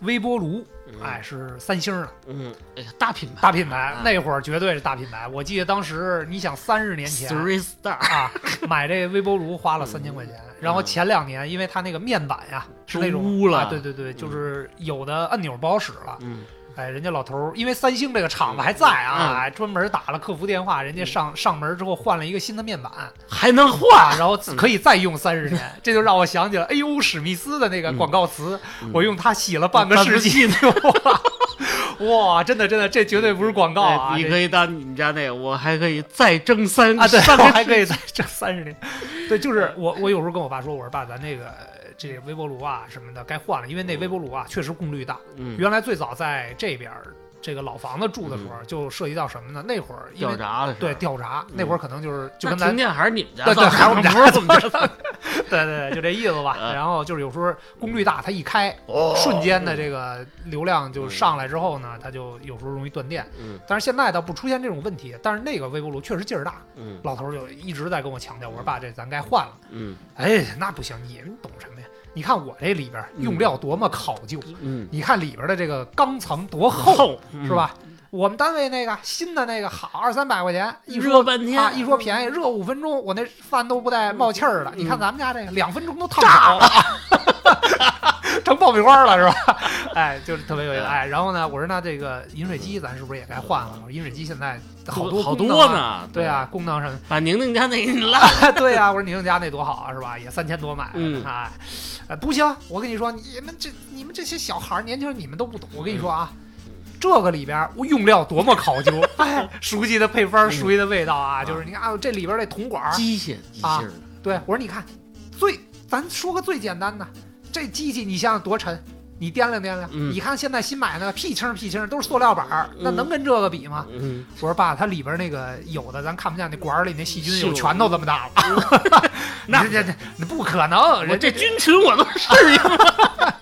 Speaker 2: 微波炉，
Speaker 1: 嗯
Speaker 2: 哎，，是三星的
Speaker 1: 嗯，哎呀，大品牌，
Speaker 2: 大品牌
Speaker 1: 啊，
Speaker 2: 那会儿绝对是大品牌。我记得当时，你想三十年前
Speaker 1: Three Star
Speaker 2: 啊，买这微波炉花了三千块钱，然后
Speaker 1: 嗯
Speaker 2: 前两年因为它那个面板呀是那种
Speaker 1: 都污了
Speaker 2: 啊对对对，就是有的按钮不好使了，
Speaker 1: 嗯，
Speaker 2: 哎，人家老头儿，因为三星这个厂子还在啊，还专门打了客服电话，人
Speaker 1: 嗯
Speaker 2: 家上上门之后换了一个新的面板，
Speaker 1: 还能
Speaker 2: 哇，
Speaker 1: 换，
Speaker 2: 然后可以再用三十年，这就让我想起了，哎呦，史密斯的那个广告词，
Speaker 1: 嗯
Speaker 2: 我用它洗了半个世纪， 哇，哇，真的真的，这绝对不是广告啊！
Speaker 1: 哎你
Speaker 2: 这
Speaker 1: 可以当你们家那个，我还可以再挣三
Speaker 2: 啊， 对，
Speaker 1: 三个嗯
Speaker 2: 我还可以再挣三十年。对，就是我，我有时候跟我爸说，我说爸，咱那个呃这微波炉啊什么的该换了，因为那微波炉啊确实功率大。
Speaker 1: 嗯，
Speaker 2: 原来最早在这边儿这个老房子住的时候，就涉及到什么呢？那会儿因
Speaker 1: 掉
Speaker 2: 为
Speaker 1: 闸的时候
Speaker 2: 对，掉闸，那会儿可能就是就
Speaker 1: 那
Speaker 2: 跟咱
Speaker 1: 停电还是你们家
Speaker 2: 对对
Speaker 1: 造
Speaker 2: 还是我
Speaker 1: 成
Speaker 2: 们
Speaker 1: 的，
Speaker 2: 家
Speaker 1: 不是怎么着的？。
Speaker 2: 对 对，对，就这意思吧哦
Speaker 1: 嗯
Speaker 2: 呃然后就是有时候功率大，它一开，瞬间的这个流量就上来之后呢，它就有时候容易断电。
Speaker 1: 嗯
Speaker 2: 但是现在倒不出现这种问题，但是那个微波炉确实劲儿大，
Speaker 1: 嗯
Speaker 2: 老头儿就一直在跟我强调，我说爸，这咱该换了。
Speaker 1: 嗯
Speaker 2: 哎，那不行，你们懂什么呀？你看我这里边儿用料多么考究，
Speaker 1: 嗯，
Speaker 2: 你看里边儿的这个钢层多厚，是？吧？我们单位那个新的那个好二三百块钱，一说
Speaker 1: 热半天
Speaker 2: 啊，一说便宜热五分钟，我那饭都不带冒气儿的。你看咱们家这个两分钟都烫
Speaker 1: 炸
Speaker 2: 了，成爆米花了是吧？ 哎，就是特别
Speaker 1: 嗯
Speaker 2: 有意思。哎，然后呢，我说那这个饮水机咱是不是也该换了？我说饮水机现在好多
Speaker 1: 好
Speaker 2: 功能
Speaker 1: 多
Speaker 2: 啊。
Speaker 1: 呢，
Speaker 2: 对啊，，功能上，
Speaker 1: 把宁宁家那给你拉，
Speaker 2: 对啊，我说宁宁家那多好啊，是吧？也三千多买的，
Speaker 1: 嗯
Speaker 2: 哎，呃不行，我跟你说，你们这你们这些小孩儿、年轻人，你们都不懂。我跟你说啊，这个里边儿我用料多么 考究，哎，熟悉的配方儿，
Speaker 1: 嗯
Speaker 2: 熟悉的味道啊，
Speaker 1: 啊
Speaker 2: 就是你看啊，这里边儿这铜管儿，
Speaker 1: 机械机
Speaker 2: 啊
Speaker 1: 器人，
Speaker 2: 对我说你看，最咱说个最简单的，这机器你想想多沉。你掂量掂量，
Speaker 1: 嗯
Speaker 2: 你看现在新买的屁轻儿屁轻儿都是塑料板儿，那
Speaker 1: 嗯
Speaker 2: 能跟这个比吗？
Speaker 1: 嗯，
Speaker 2: 我说爸，它里边那个有的咱看不见，那管儿里那细菌
Speaker 1: 是
Speaker 2: 有
Speaker 1: 我
Speaker 2: 拳头这么大了。
Speaker 1: 那
Speaker 2: 这这这不可能，
Speaker 1: 我
Speaker 2: 人
Speaker 1: 这菌群我都适应 了，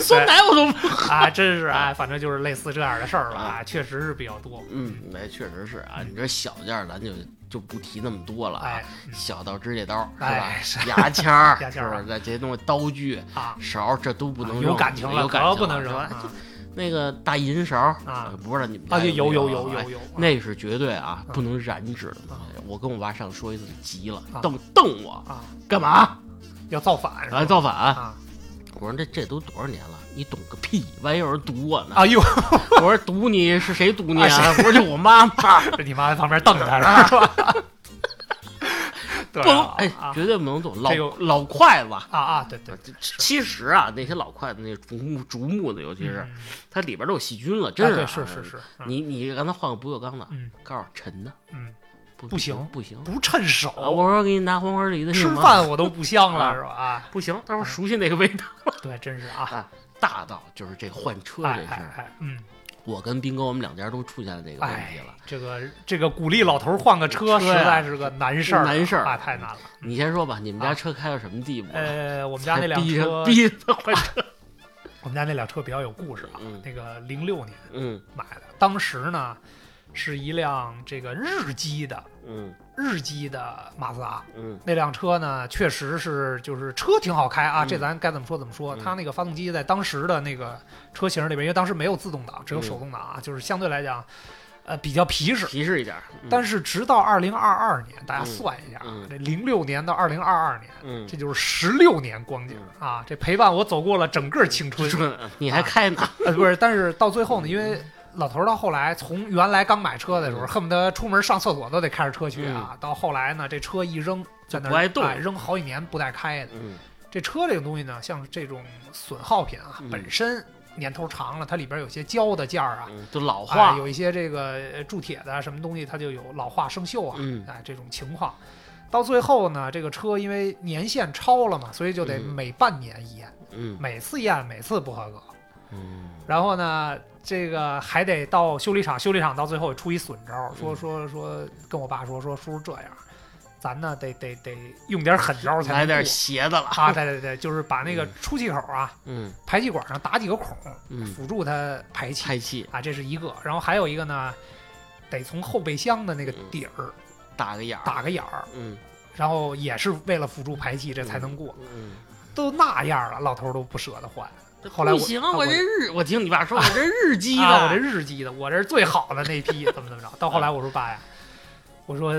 Speaker 1: 酸奶我都不。
Speaker 2: 啊，真是啊，反正就是类似这样的事儿吧，啊，确实是比较多。
Speaker 1: 嗯，那确实是啊，你这小件儿咱就就不提那么多了啊
Speaker 2: 哎，，
Speaker 1: 小到指甲刀是吧
Speaker 2: 哎？是
Speaker 1: 牙签儿
Speaker 2: 牙
Speaker 1: 是
Speaker 2: 签儿
Speaker 1: 吧？那这些东西，刀具、
Speaker 2: 啊，
Speaker 1: 勺儿这都不能
Speaker 2: 啊
Speaker 1: 扔，
Speaker 2: 有感情了，
Speaker 1: 有
Speaker 2: 可
Speaker 1: 感情
Speaker 2: 不能
Speaker 1: 是
Speaker 2: 扔
Speaker 1: 吧
Speaker 2: 啊
Speaker 1: 那个大银勺
Speaker 2: 啊，
Speaker 1: 不知道你们
Speaker 2: 啊！
Speaker 1: 家
Speaker 2: 就有
Speaker 1: 没
Speaker 2: 有
Speaker 1: 有
Speaker 2: 有
Speaker 1: 啊
Speaker 2: 有有，
Speaker 1: 那是绝对啊，
Speaker 2: 啊
Speaker 1: 不能染指的东
Speaker 2: 嗯
Speaker 1: 西。我跟我爸上次说一次，急了，
Speaker 2: 啊
Speaker 1: 瞪瞪我
Speaker 2: 啊，
Speaker 1: 干嘛？
Speaker 2: 要造反是吧
Speaker 1: 来造反！
Speaker 2: 啊
Speaker 1: 我说这这都多少年了，你懂个屁！万一有人堵我呢？
Speaker 2: 啊！哟，
Speaker 1: 我说堵你是谁堵你啊？不是就我妈妈，
Speaker 2: 这你妈在旁边瞪着他是吧？ 对
Speaker 1: 不能
Speaker 2: 啊
Speaker 1: 啊哎，
Speaker 2: 啊
Speaker 1: 绝对不能懂老
Speaker 2: 这个
Speaker 1: 老筷子。
Speaker 2: 啊啊！对 对，对是
Speaker 1: 其实啊，那些老筷子，那竹木竹木的，尤其是
Speaker 2: 嗯
Speaker 1: 它里边都有细菌了，
Speaker 2: 啊
Speaker 1: 真是
Speaker 2: 对
Speaker 1: 啊
Speaker 2: 是是。是，嗯
Speaker 1: 你你让他换个不锈钢的
Speaker 2: 嗯，
Speaker 1: 告诉沉的
Speaker 2: 嗯，
Speaker 1: 不
Speaker 2: 不行
Speaker 1: 不行
Speaker 2: 不趁手
Speaker 1: 啊！我说给你拿黄花梨的
Speaker 2: 吃
Speaker 1: 行吗？
Speaker 2: 饭我都不香了
Speaker 1: 啊
Speaker 2: 是吧？啊，
Speaker 1: 不行，他说熟悉那个味道。
Speaker 2: 对，真是啊，
Speaker 1: 啊，大到啊就是这换车
Speaker 2: 哎
Speaker 1: 这事
Speaker 2: 哎
Speaker 1: 儿，
Speaker 2: 哎，嗯，
Speaker 1: 我跟斌哥我们两家都出现了这个问
Speaker 2: 哎
Speaker 1: 题了。，
Speaker 2: 这个这个鼓励老头儿换个车，实
Speaker 1: 车呀
Speaker 2: 在是个难事儿啊，
Speaker 1: 难事儿
Speaker 2: 啊，太难了。
Speaker 1: 你先说吧，你们家
Speaker 2: 啊
Speaker 1: 车开到什么地步了？
Speaker 2: 呃，我
Speaker 1: 我
Speaker 2: 们家那辆
Speaker 1: 嗯逼
Speaker 2: 车
Speaker 1: 着，逼着他换车。
Speaker 2: 我们家那辆车比较有故事啊
Speaker 1: 嗯。
Speaker 2: 那个零六年
Speaker 1: 嗯
Speaker 2: 买的，当时呢是一辆这个日机的
Speaker 1: 嗯
Speaker 2: 日机的马自达。
Speaker 1: 嗯
Speaker 2: 那辆车呢，确实是就是车挺好开啊，
Speaker 1: 嗯
Speaker 2: 这咱该怎么说怎么说。
Speaker 1: 嗯
Speaker 2: 它那个发动机在当时的那个车型里边，因为当时没有自动挡，只有
Speaker 1: 嗯
Speaker 2: 手动挡啊，就是相对来讲，呃，比较皮实。
Speaker 1: 提示一下。
Speaker 2: 但
Speaker 1: 是
Speaker 2: 是直到二零二二年，大家
Speaker 1: 嗯
Speaker 2: 算一下，啊
Speaker 1: 嗯，
Speaker 2: 这零六年到二零二二年，
Speaker 1: 嗯，
Speaker 2: 这就是十六年光景啊！
Speaker 1: 嗯
Speaker 2: 这陪伴我走过了整个青春
Speaker 1: 说，呢你还开呢？嗯
Speaker 2: 呃，不是，但是到最后呢，因为老头儿到后来，从原来刚买车的时候，恨不得出门上厕所都得开着车去啊，到后来呢，这车一扔在那
Speaker 1: 嗯
Speaker 2: 儿
Speaker 1: 不爱动
Speaker 2: 哎扔好几年不带开的。
Speaker 1: 嗯
Speaker 2: 这车这个东西呢，像这种损耗品啊，
Speaker 1: 嗯
Speaker 2: 本身年头长了，它里边有些胶的件儿啊，
Speaker 1: 嗯，就老
Speaker 2: 啊，
Speaker 1: 化，
Speaker 2: 有一些这个呃铸铁的啊什么东西，它就有老化生锈啊，
Speaker 1: 嗯
Speaker 2: 哎这种情况。到最后呢，这个车因为年限超了嘛，所以就得
Speaker 1: 嗯
Speaker 2: 每半年一验，
Speaker 1: 嗯
Speaker 2: 每次验每次不合格。
Speaker 1: 嗯
Speaker 2: 然后呢，这个还得到修理厂，修理厂到最后出一损招儿，说
Speaker 1: 嗯
Speaker 2: 说说跟我爸说说叔叔这样，咱呢得得得用点狠招儿才能
Speaker 1: 来点
Speaker 2: 过
Speaker 1: 邪的了，
Speaker 2: 啊，对对对，就是把那个
Speaker 1: 嗯
Speaker 2: 出气口啊，
Speaker 1: 嗯
Speaker 2: 排气管上打几个孔，
Speaker 1: 嗯，
Speaker 2: 辅助它排气
Speaker 1: 太气，
Speaker 2: 啊，这是一个。然后还有一个呢，得从后备箱的那个
Speaker 1: 嗯
Speaker 2: 底儿
Speaker 1: 打个眼儿，
Speaker 2: 打个眼儿，
Speaker 1: 嗯
Speaker 2: 然后也是为了辅助排气，这才能过。
Speaker 1: 嗯，
Speaker 2: 都那样了，老头儿都不舍得换。
Speaker 1: 这
Speaker 2: 后来我
Speaker 1: 不行，
Speaker 2: 啊
Speaker 1: 我
Speaker 2: 我
Speaker 1: 这日，我听你爸说，我这日机
Speaker 2: 啊，我这
Speaker 1: 的，
Speaker 2: 日机的，我这是最好的那批，怎么怎么着？到后来
Speaker 1: 嗯
Speaker 2: 我说爸呀，我说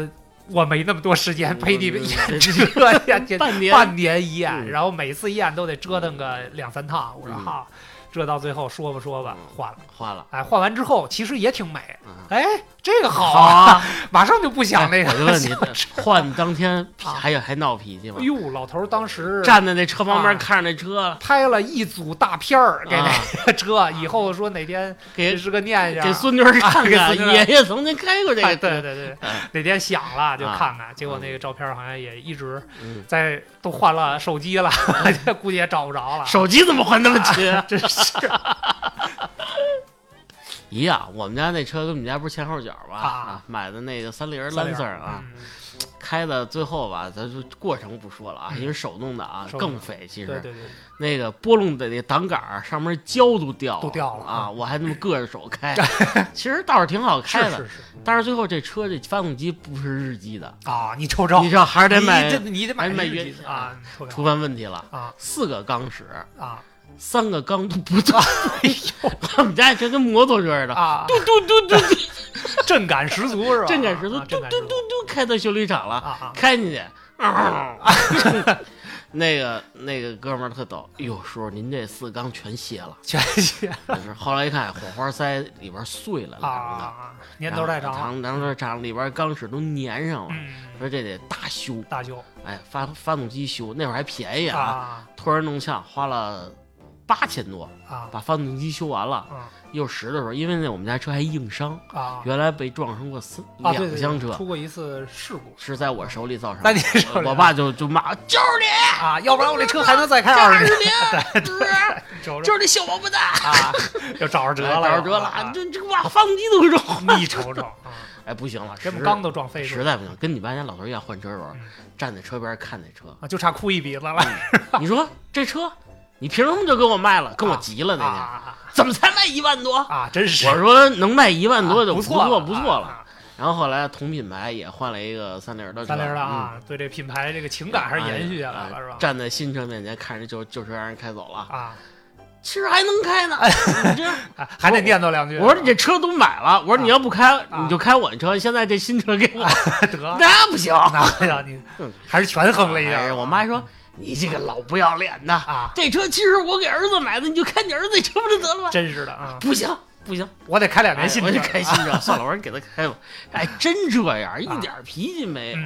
Speaker 2: 我没那么多时间陪你们
Speaker 1: 嗯
Speaker 2: 验
Speaker 1: 嗯
Speaker 2: 车呀，这
Speaker 1: 半年，
Speaker 2: 半年一验，
Speaker 1: 嗯
Speaker 2: 然后每次验都得折腾个两三趟。我说
Speaker 1: 嗯
Speaker 2: 哈，这到最后说吧说吧
Speaker 1: 嗯，
Speaker 2: 换了。
Speaker 1: 花了，
Speaker 2: 哎，换完之后其实也挺美，
Speaker 1: 啊，
Speaker 2: 哎，这个好啊，
Speaker 1: 啊，
Speaker 2: 马上就不想那
Speaker 1: 哎
Speaker 2: 个。
Speaker 1: 我就 问你，换当天
Speaker 2: 啊
Speaker 1: 还有还闹脾气吗
Speaker 2: 哎？呦，老头儿当时
Speaker 1: 站在那车旁边
Speaker 2: 啊
Speaker 1: 看着那车，
Speaker 2: 拍了一组大片儿给
Speaker 1: 啊
Speaker 2: 那个 车，以后说哪天
Speaker 1: 给
Speaker 2: 是个念想，
Speaker 1: 给孙女儿看
Speaker 2: 给孙女
Speaker 1: 看，
Speaker 2: 儿
Speaker 1: 爷爷曾经开过这
Speaker 2: 哎
Speaker 1: 个
Speaker 2: 对
Speaker 1: 车，
Speaker 2: 对对
Speaker 1: 哎，
Speaker 2: 哪天想了就
Speaker 1: 啊
Speaker 2: 看看。结果那个照片好像也一直
Speaker 1: 嗯
Speaker 2: 在都换了手机了， 估计也找不着了。
Speaker 1: 手机怎么还那么
Speaker 2: 啊
Speaker 1: 勤？
Speaker 2: 真是
Speaker 1: 一样，我们家那车跟你们家不是前后脚吧？
Speaker 2: 啊
Speaker 1: 啊，买的那个三菱
Speaker 2: 三菱
Speaker 1: Lancer 啊，
Speaker 2: 嗯
Speaker 1: 开的最后吧，咱就过程不说了啊，
Speaker 2: 嗯
Speaker 1: 因为手动的啊
Speaker 2: 手动
Speaker 1: 更费，其
Speaker 2: 对
Speaker 1: 实
Speaker 2: 对对，
Speaker 1: 那个拨弄的那挡杆儿上面胶都掉了，
Speaker 2: 都掉了
Speaker 1: 啊，
Speaker 2: 啊
Speaker 1: 我还那么硌着手 开，其实倒是挺好开
Speaker 2: 是
Speaker 1: 的，
Speaker 2: 是是
Speaker 1: 但是最后这车这发动机不是日机的，
Speaker 2: 啊，你瞅瞅
Speaker 1: 你，知道还是得
Speaker 2: 你
Speaker 1: 买
Speaker 2: 这，你
Speaker 1: 还
Speaker 2: 得买
Speaker 1: 得买
Speaker 2: 日
Speaker 1: 原
Speaker 2: 机啊，特别好
Speaker 1: 出现问题了。
Speaker 2: 啊
Speaker 1: 四个缸使，
Speaker 2: 啊
Speaker 1: 三个缸都不 动。哎呦，我们家这跟摩托车似的，
Speaker 2: 啊，
Speaker 1: 嘟嘟嘟嘟嘟，
Speaker 2: 震感十足是吧？
Speaker 1: 震感十足，
Speaker 2: 啊
Speaker 1: 嘟嘟
Speaker 2: 震感十
Speaker 1: 嘟
Speaker 2: 足
Speaker 1: 嘟，开到修理厂了，
Speaker 2: 啊啊
Speaker 1: 开进去，啊那个那个哥们儿特逗，哎呦，叔叔您这四缸全卸了，
Speaker 2: 全息啊
Speaker 1: 就是 后来一看火花塞里边碎了
Speaker 2: 啊
Speaker 1: 两
Speaker 2: 啊
Speaker 1: 个，
Speaker 2: 啊，年头太长了，
Speaker 1: 长长头长，里边钢齿都粘上了，
Speaker 2: 嗯，
Speaker 1: 说这得大修，
Speaker 2: 大舅
Speaker 1: 哎，发发动机修那会儿还便宜啊，
Speaker 2: 啊
Speaker 1: 托儿弄呛花了八千多
Speaker 2: 啊
Speaker 1: 把发动机修完了。
Speaker 2: 啊
Speaker 1: 六十的时候，因为那我们家车还硬伤，
Speaker 2: 啊！
Speaker 1: 原来被撞上过三、
Speaker 2: 啊，对对
Speaker 1: 两
Speaker 2: 对
Speaker 1: 厢车，
Speaker 2: 出过一次事故
Speaker 1: 是在我手里造成
Speaker 2: 在你
Speaker 1: 的。
Speaker 2: 手里
Speaker 1: 我爸就就骂，就是你，
Speaker 2: 啊，要不然我这车还能再开二
Speaker 1: 二
Speaker 2: 十
Speaker 1: 十
Speaker 2: 年，
Speaker 1: 年，
Speaker 2: 瞅
Speaker 1: 就
Speaker 2: 瞅
Speaker 1: 是你小王八蛋，
Speaker 2: 啊，又找着辙了，
Speaker 1: 找着辙
Speaker 2: 啊
Speaker 1: 了，这这把发动机都给撞 坏。
Speaker 2: 你瞅瞅 啊，
Speaker 1: 哎，不行了，
Speaker 2: 这
Speaker 1: 实
Speaker 2: 么刚都撞飞出
Speaker 1: 实
Speaker 2: 去
Speaker 1: 在不行，跟你爸家老头一样换车的时候
Speaker 2: 嗯，
Speaker 1: 站在车边看那 车，
Speaker 2: 啊，就差哭一鼻子了，
Speaker 1: 你说这车，你凭什么就给我卖了？跟我
Speaker 2: 啊
Speaker 1: 急了
Speaker 2: 啊
Speaker 1: 那天，
Speaker 2: 啊
Speaker 1: 怎么才卖一万多？
Speaker 2: 啊啊，真是
Speaker 1: 我说能卖一万多
Speaker 2: 啊
Speaker 1: 就
Speaker 2: 不
Speaker 1: 错
Speaker 2: 了，
Speaker 1: 不错
Speaker 2: 啊
Speaker 1: 了。，然后后来同品牌也换了一个三菱的车，
Speaker 2: 三菱的
Speaker 1: 嗯
Speaker 2: 啊，对这品牌这个情感还是延续下来了
Speaker 1: 哎
Speaker 2: 是吧？
Speaker 1: 站在新车面前看着旧旧车让人开走了，
Speaker 2: 啊，
Speaker 1: 其实还能开呢。你这
Speaker 2: 啊还得念叨两句，
Speaker 1: 我说你这车都买了，我说你要不开
Speaker 2: 啊
Speaker 1: 你就开我的车，现在这新车给我，
Speaker 2: 得。
Speaker 1: 那不行。
Speaker 2: 那呀，你
Speaker 1: 嗯
Speaker 2: 还是权衡了一
Speaker 1: 哎
Speaker 2: 下。
Speaker 1: 我妈还说你这个老不要脸的，
Speaker 2: 啊，
Speaker 1: 这车其实我给儿子买的，你就开你儿子这车不就得了吗？
Speaker 2: 真是的啊，
Speaker 1: 不行不行，
Speaker 2: 我得开两年
Speaker 1: 哎
Speaker 2: 新
Speaker 1: 我
Speaker 2: 车
Speaker 1: 就开新车，算了，我说你给他开吧。哎，真这样，一点脾气没有。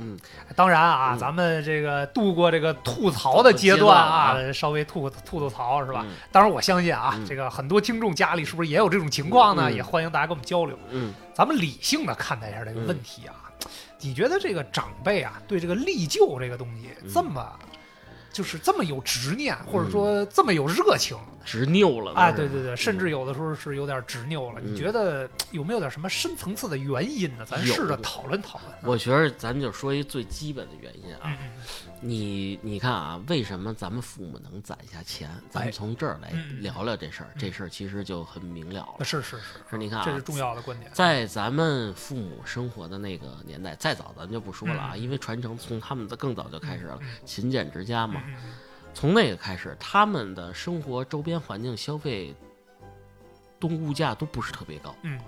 Speaker 1: 嗯，
Speaker 2: 当然啊，
Speaker 1: 嗯
Speaker 2: 咱们这个度过这个吐槽的阶段
Speaker 1: 阶
Speaker 2: 啊，稍微吐吐吐槽是吧？
Speaker 1: 嗯
Speaker 2: 当然，我相信啊
Speaker 1: 嗯，
Speaker 2: 这个很多听众家里是不是也有这种情况呢？
Speaker 1: 嗯
Speaker 2: 也欢迎大家跟我们交流。
Speaker 1: 嗯
Speaker 2: 咱们理性的看待一下这个问题啊。你觉得这个长辈啊，对这个立旧这个东西
Speaker 1: 嗯
Speaker 2: 这么，就是这么有执念，或者
Speaker 1: 嗯
Speaker 2: 说这么有热情？
Speaker 1: 执拗了
Speaker 2: 啊，
Speaker 1: 都是
Speaker 2: 对对对，甚至有的时候是有点执拗了。你
Speaker 1: 嗯
Speaker 2: 觉得有没有点什么深层次的原因呢？咱
Speaker 1: 有
Speaker 2: 试着讨论讨论啊。
Speaker 1: 我觉得咱就说一最基本的原因啊，
Speaker 2: 嗯嗯
Speaker 1: 你你看啊，为什么咱们父母能攒下钱？咱们从这儿来
Speaker 2: 嗯嗯
Speaker 1: 聊聊这事儿，这事儿其实就很明了
Speaker 2: 嗯，
Speaker 1: 了。
Speaker 2: 是是是，
Speaker 1: 是你看
Speaker 2: 这是
Speaker 1: 啊，
Speaker 2: 重要的观点。
Speaker 1: 在咱们父母生活的那个年代，再早咱就不说了
Speaker 2: 嗯
Speaker 1: 啊，因为传承从他们的更早就开始了，勤俭持家嘛。
Speaker 2: 嗯
Speaker 1: 从那个开始，他们的生活周边环境、消费，都物价都不是特别高，
Speaker 2: 嗯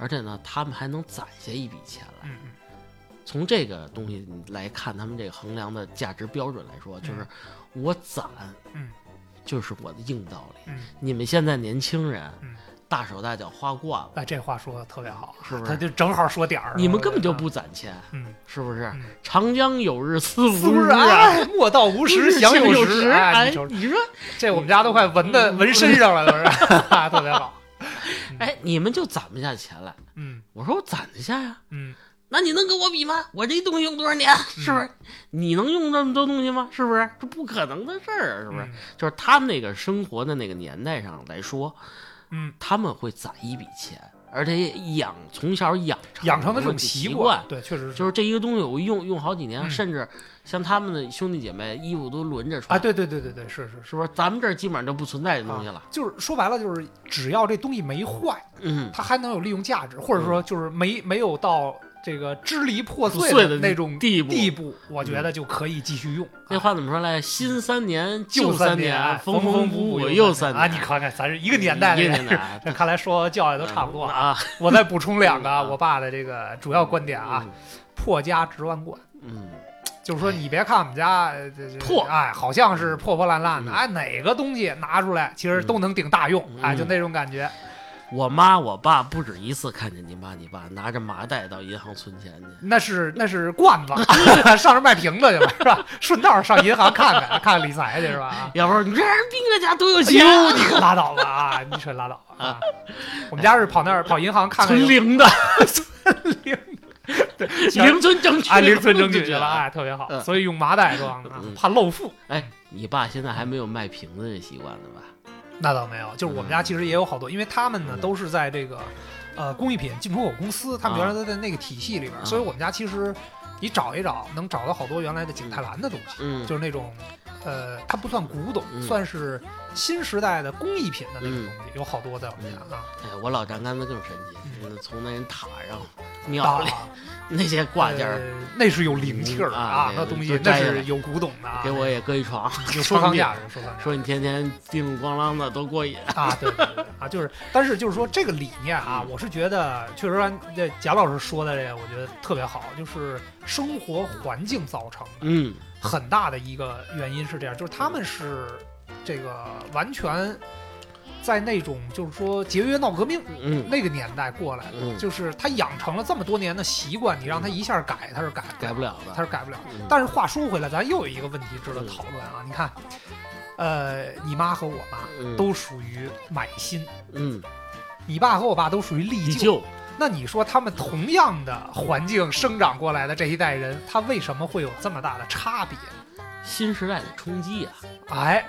Speaker 1: 而且呢，他们还能攒下一笔钱来。
Speaker 2: 嗯嗯
Speaker 1: 从这个东西来看，他们这个衡量的价值标准来说，就是我攒，
Speaker 2: 嗯，
Speaker 1: 就是我的硬道理。
Speaker 2: 嗯
Speaker 1: 你们现在年轻人
Speaker 2: 嗯，
Speaker 1: 大手大脚花惯了，
Speaker 2: 哎，这话说的特别好啊，
Speaker 1: 是不
Speaker 2: 他
Speaker 1: 是？
Speaker 2: 就正好说点儿。
Speaker 1: 你们
Speaker 2: 我觉
Speaker 1: 根本就
Speaker 2: 得，
Speaker 1: 不攒钱，
Speaker 2: 嗯，
Speaker 1: 是不是
Speaker 2: 嗯？
Speaker 1: 长江有日思无
Speaker 2: 苏轼
Speaker 1: 日啊，
Speaker 2: 啊， 莫道无时
Speaker 1: 想
Speaker 2: 想有
Speaker 1: 时。
Speaker 2: 哎，
Speaker 1: 哎
Speaker 2: 你瞅，
Speaker 1: 你说，
Speaker 2: 这我们家都快纹的
Speaker 1: 嗯
Speaker 2: 纹身上了，都是，特 别好。
Speaker 1: 哎，你们就攒不下钱来。
Speaker 2: 嗯
Speaker 1: 我说我攒得下呀，
Speaker 2: 嗯，
Speaker 1: 那你能跟我比吗？我这东西用多少年？是不是？你能用这么多东西吗？是不是？这不可能的事儿啊，是不是？
Speaker 2: 嗯
Speaker 1: 就是他们那个生活的那个年代上来说，
Speaker 2: 嗯，
Speaker 1: 他们会攒一笔钱，而且养从小养成
Speaker 2: 养成的
Speaker 1: 的
Speaker 2: 这种
Speaker 1: 习
Speaker 2: 习惯，对，确实是。
Speaker 1: 就是这一个东西我用用好几年，
Speaker 2: 嗯
Speaker 1: 甚至像他们的兄弟姐妹衣服都轮着穿
Speaker 2: 啊，，对对对对对，是是是。
Speaker 1: 是不是？咱们这儿基本上就不存在这东西了。
Speaker 2: 啊就是说白了，就是只要这东西没坏，
Speaker 1: 嗯，
Speaker 2: 它还能有利用价值，或者说就是没没有到这个支离破
Speaker 1: 碎
Speaker 2: 碎
Speaker 1: 的
Speaker 2: 那种
Speaker 1: 地步
Speaker 2: 地步，我
Speaker 1: 嗯
Speaker 2: 觉得就可以继续用。
Speaker 1: 那
Speaker 2: 啊
Speaker 1: 话怎么说来？新三年
Speaker 2: 旧
Speaker 1: 三
Speaker 2: 年，
Speaker 1: 风
Speaker 2: 风
Speaker 1: 补
Speaker 2: 补
Speaker 1: 又
Speaker 2: 三
Speaker 1: 三嗯
Speaker 2: 啊！你看看，咱是一个年代的
Speaker 1: 一个
Speaker 2: 人
Speaker 1: 年。代，
Speaker 2: 这看来说教育 都差不多
Speaker 1: 嗯
Speaker 2: 啊。
Speaker 1: 啊。
Speaker 2: 我再补充两个啊
Speaker 1: 嗯啊
Speaker 2: 我爸的这个主要观点啊：破家值万贯。
Speaker 1: 嗯，
Speaker 2: 就是说，你别看我们家呃这这
Speaker 1: 破
Speaker 2: 哎，好像是破破烂烂的，
Speaker 1: 嗯
Speaker 2: 哎，哪个东西拿出来其实都能顶大用，
Speaker 1: 嗯
Speaker 2: 哎，就那种感觉。
Speaker 1: 嗯，我妈我爸不止一次看见你妈你爸拿着麻袋到银行存钱去。
Speaker 2: 那是那是罐 子，上这卖瓶子去了是吧？顺道上银行看看，看看理财去是吧？啊
Speaker 1: 要不然你这人兵哥家多有
Speaker 2: 哎
Speaker 1: 钱，
Speaker 2: 呦，你可拉倒吧啊！你可拉倒吧啊！我们家是跑那儿跑银行看看有
Speaker 1: 存零 的，
Speaker 2: 全
Speaker 1: 零存 整取，
Speaker 2: 哎，零存整 取去了，。哎，特别好，
Speaker 1: 嗯
Speaker 2: 所以用麻袋装啊
Speaker 1: 嗯
Speaker 2: 怕漏富。
Speaker 1: 哎，你爸现在还没有卖瓶子这习惯呢吧？
Speaker 2: 那倒没有，就是我们家其实也有好多，因为他们呢
Speaker 1: 嗯
Speaker 2: 都是在这个呃工艺品进出口公司，他们原来都在那个体系里边，
Speaker 1: 啊
Speaker 2: 所以我们家其实你找一找，能找到好多原来的景泰蓝的东西，
Speaker 1: 嗯，
Speaker 2: 就是那种呃，它不算古董，
Speaker 1: 嗯
Speaker 2: 算是新时代的工艺品的那种东西，有好多在我们家啊。
Speaker 1: 哎，我老丈杆子更神奇，嗯从那人塔上
Speaker 2: 到
Speaker 1: 庙
Speaker 2: 了
Speaker 1: 里那些挂件
Speaker 2: 呃
Speaker 1: 儿，
Speaker 2: 那是有灵气儿的
Speaker 1: 嗯啊
Speaker 2: 啊，
Speaker 1: 对
Speaker 2: 那
Speaker 1: 对
Speaker 2: 东
Speaker 1: 都
Speaker 2: 西那
Speaker 1: 摘下来
Speaker 2: 是有古董的啊，
Speaker 1: 给我也搁一床，
Speaker 2: 有收藏
Speaker 1: 床
Speaker 2: 价
Speaker 1: 垫
Speaker 2: 值，有收藏价值。
Speaker 1: 说你天天叮咣啷的多过瘾。
Speaker 2: 啊，对对对啊，就是，但是就是说这个理念啊，
Speaker 1: 嗯
Speaker 2: 我是觉得确实按这贾老师说的这个，我觉得特别好，就是生活环境造成的
Speaker 1: 嗯，
Speaker 2: 很大的一个原因是这样，就是他们是这个完全在那种就是说节约闹革命
Speaker 1: 嗯
Speaker 2: 那个年代过来的，
Speaker 1: 嗯，
Speaker 2: 就是他养成了这么多年的习惯，你让他一下改，他是改不了
Speaker 1: 改不了嗯
Speaker 2: 他
Speaker 1: 的。
Speaker 2: 是改不了。
Speaker 1: 嗯
Speaker 2: 但是话说回来，咱又有一个问题值得讨论啊，你看，呃，你妈和我妈。
Speaker 1: 嗯
Speaker 2: 都属于买新，
Speaker 1: 嗯，
Speaker 2: 你爸和我爸都属于历
Speaker 1: 你
Speaker 2: 旧。
Speaker 1: 就
Speaker 2: 那你说他们同样的环境生长过来的这一代人，他为什么会有这么大的差别？
Speaker 1: 新时代的冲击啊，
Speaker 2: 哎，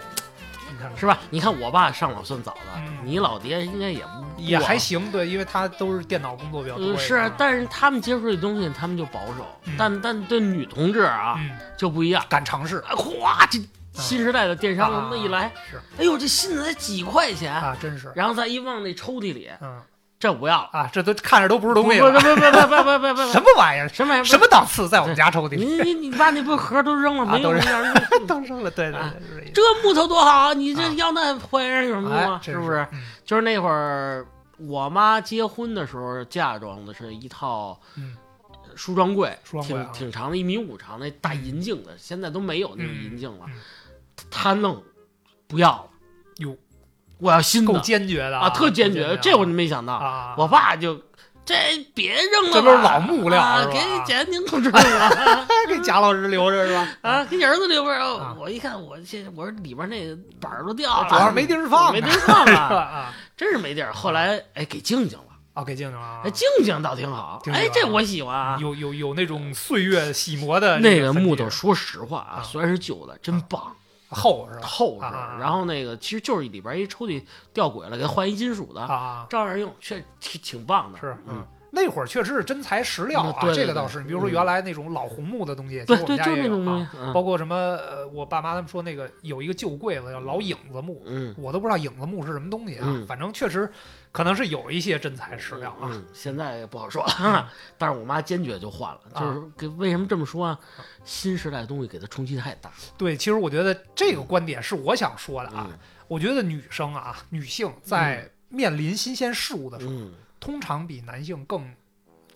Speaker 2: 你看
Speaker 1: 是吧？你看我爸上网算早的，
Speaker 2: 嗯
Speaker 1: 你老爹应该也不
Speaker 2: 也
Speaker 1: 过
Speaker 2: 还行，对，因为他都是电脑工作比较多一
Speaker 1: 嗯，
Speaker 2: 点。
Speaker 1: 是啊，但是他们接触这东西，他们就保守，
Speaker 2: 嗯
Speaker 1: 但但对女同志啊、
Speaker 2: 嗯，
Speaker 1: 就不一样，
Speaker 2: 敢尝试，
Speaker 1: 啊哗，这新时代的电商
Speaker 2: 啊
Speaker 1: 那一来，
Speaker 2: 是
Speaker 1: 哎呦，这新的才几块钱，
Speaker 2: 啊，真是，
Speaker 1: 然后再一往那抽屉里，
Speaker 2: 嗯
Speaker 1: 这不要了，
Speaker 2: 啊，这都看着都不是东西
Speaker 1: 不
Speaker 2: 了，
Speaker 1: 不不不不不不不不，
Speaker 2: 什么玩意儿？
Speaker 1: 什么
Speaker 2: 什么档次在我们家抽屉
Speaker 1: 你
Speaker 2: 里？
Speaker 1: 你你把那不盒都扔了，
Speaker 2: 啊
Speaker 1: 没有
Speaker 2: 都
Speaker 1: 那
Speaker 2: 扔
Speaker 1: 样用
Speaker 2: 当生了，对对
Speaker 1: 啊
Speaker 2: 对，是这意思
Speaker 1: 这木头多好啊，你
Speaker 2: 啊
Speaker 1: 这要那坏人有什么
Speaker 2: 哎
Speaker 1: 用啊？
Speaker 2: 真
Speaker 1: 是不是？
Speaker 2: 嗯
Speaker 1: 就是那会儿我妈结婚的时候嫁妆的是一套
Speaker 2: 嗯
Speaker 1: 梳妆柜，
Speaker 2: 梳妆柜啊
Speaker 1: 挺挺长的，一米五长的大银镜的，现在都没有那种
Speaker 2: 嗯
Speaker 1: 银镜了
Speaker 2: 嗯。
Speaker 1: 她弄不要了，
Speaker 2: 哟，
Speaker 1: 我要新
Speaker 2: 够
Speaker 1: 的
Speaker 2: 坚决的
Speaker 1: 啊，特坚决
Speaker 2: 决，，
Speaker 1: 这我就没想到。
Speaker 2: 啊，
Speaker 1: 我爸就这别扔了吧，
Speaker 2: 这都是老木料
Speaker 1: 啊
Speaker 2: 是吧
Speaker 1: 给贾宁同志扔 了
Speaker 2: 给贾老师留着是吧？
Speaker 1: 啊，给你儿子留边
Speaker 2: 啊
Speaker 1: 儿。我一看，我这我说里边那板儿都掉了，
Speaker 2: 主要是没地儿放
Speaker 1: 没地儿放
Speaker 2: 是吧
Speaker 1: 了，
Speaker 2: 啊，
Speaker 1: 真是没地儿。后来哎，给静静了。
Speaker 2: 哦，给静静啊
Speaker 1: 哎，，静静倒挺好，
Speaker 2: 静静
Speaker 1: 哎
Speaker 2: 啊，
Speaker 1: 这我喜欢啊。
Speaker 2: 有有有那种岁月洗磨的
Speaker 1: 那
Speaker 2: 个
Speaker 1: 个
Speaker 2: 痕迹
Speaker 1: 木头，说实话啊，
Speaker 2: 啊
Speaker 1: 虽然是旧的，真棒，
Speaker 2: 厚是吧？
Speaker 1: 厚实。
Speaker 2: 啊啊啊
Speaker 1: 然后那个其实就是里边一抽屉掉轨了，给它换一金属的，
Speaker 2: 啊，
Speaker 1: 照样用，确挺挺棒的。
Speaker 2: 是嗯
Speaker 1: 嗯。
Speaker 2: 那会儿确实是真材实料啊
Speaker 1: 嗯，对对
Speaker 2: 这个倒是。
Speaker 1: 对
Speaker 2: 你比如说原来那种老红木的东西，其
Speaker 1: 对
Speaker 2: 实我
Speaker 1: 对，
Speaker 2: 们家
Speaker 1: 就是
Speaker 2: 也
Speaker 1: 那种
Speaker 2: 有
Speaker 1: 东
Speaker 2: 啊。
Speaker 1: 西。嗯
Speaker 2: 包括什么，呃，我爸妈他们说那个有一个旧柜子叫老影子木，
Speaker 1: 嗯
Speaker 2: 我都不知道影子木是什么东西啊
Speaker 1: 嗯。
Speaker 2: 反正确实可能是有一些真材实料啊。
Speaker 1: 嗯，现在也不好说，但是我妈坚决就换了，
Speaker 2: 啊
Speaker 1: 就是给为什么这么说啊？新时代的东西给它冲击太大
Speaker 2: 对，其实我觉得这个观点是我想说的啊。
Speaker 1: 嗯
Speaker 2: 我觉得女生啊，女性在面临新鲜事物的时候，
Speaker 1: 嗯，
Speaker 2: 通常比男性更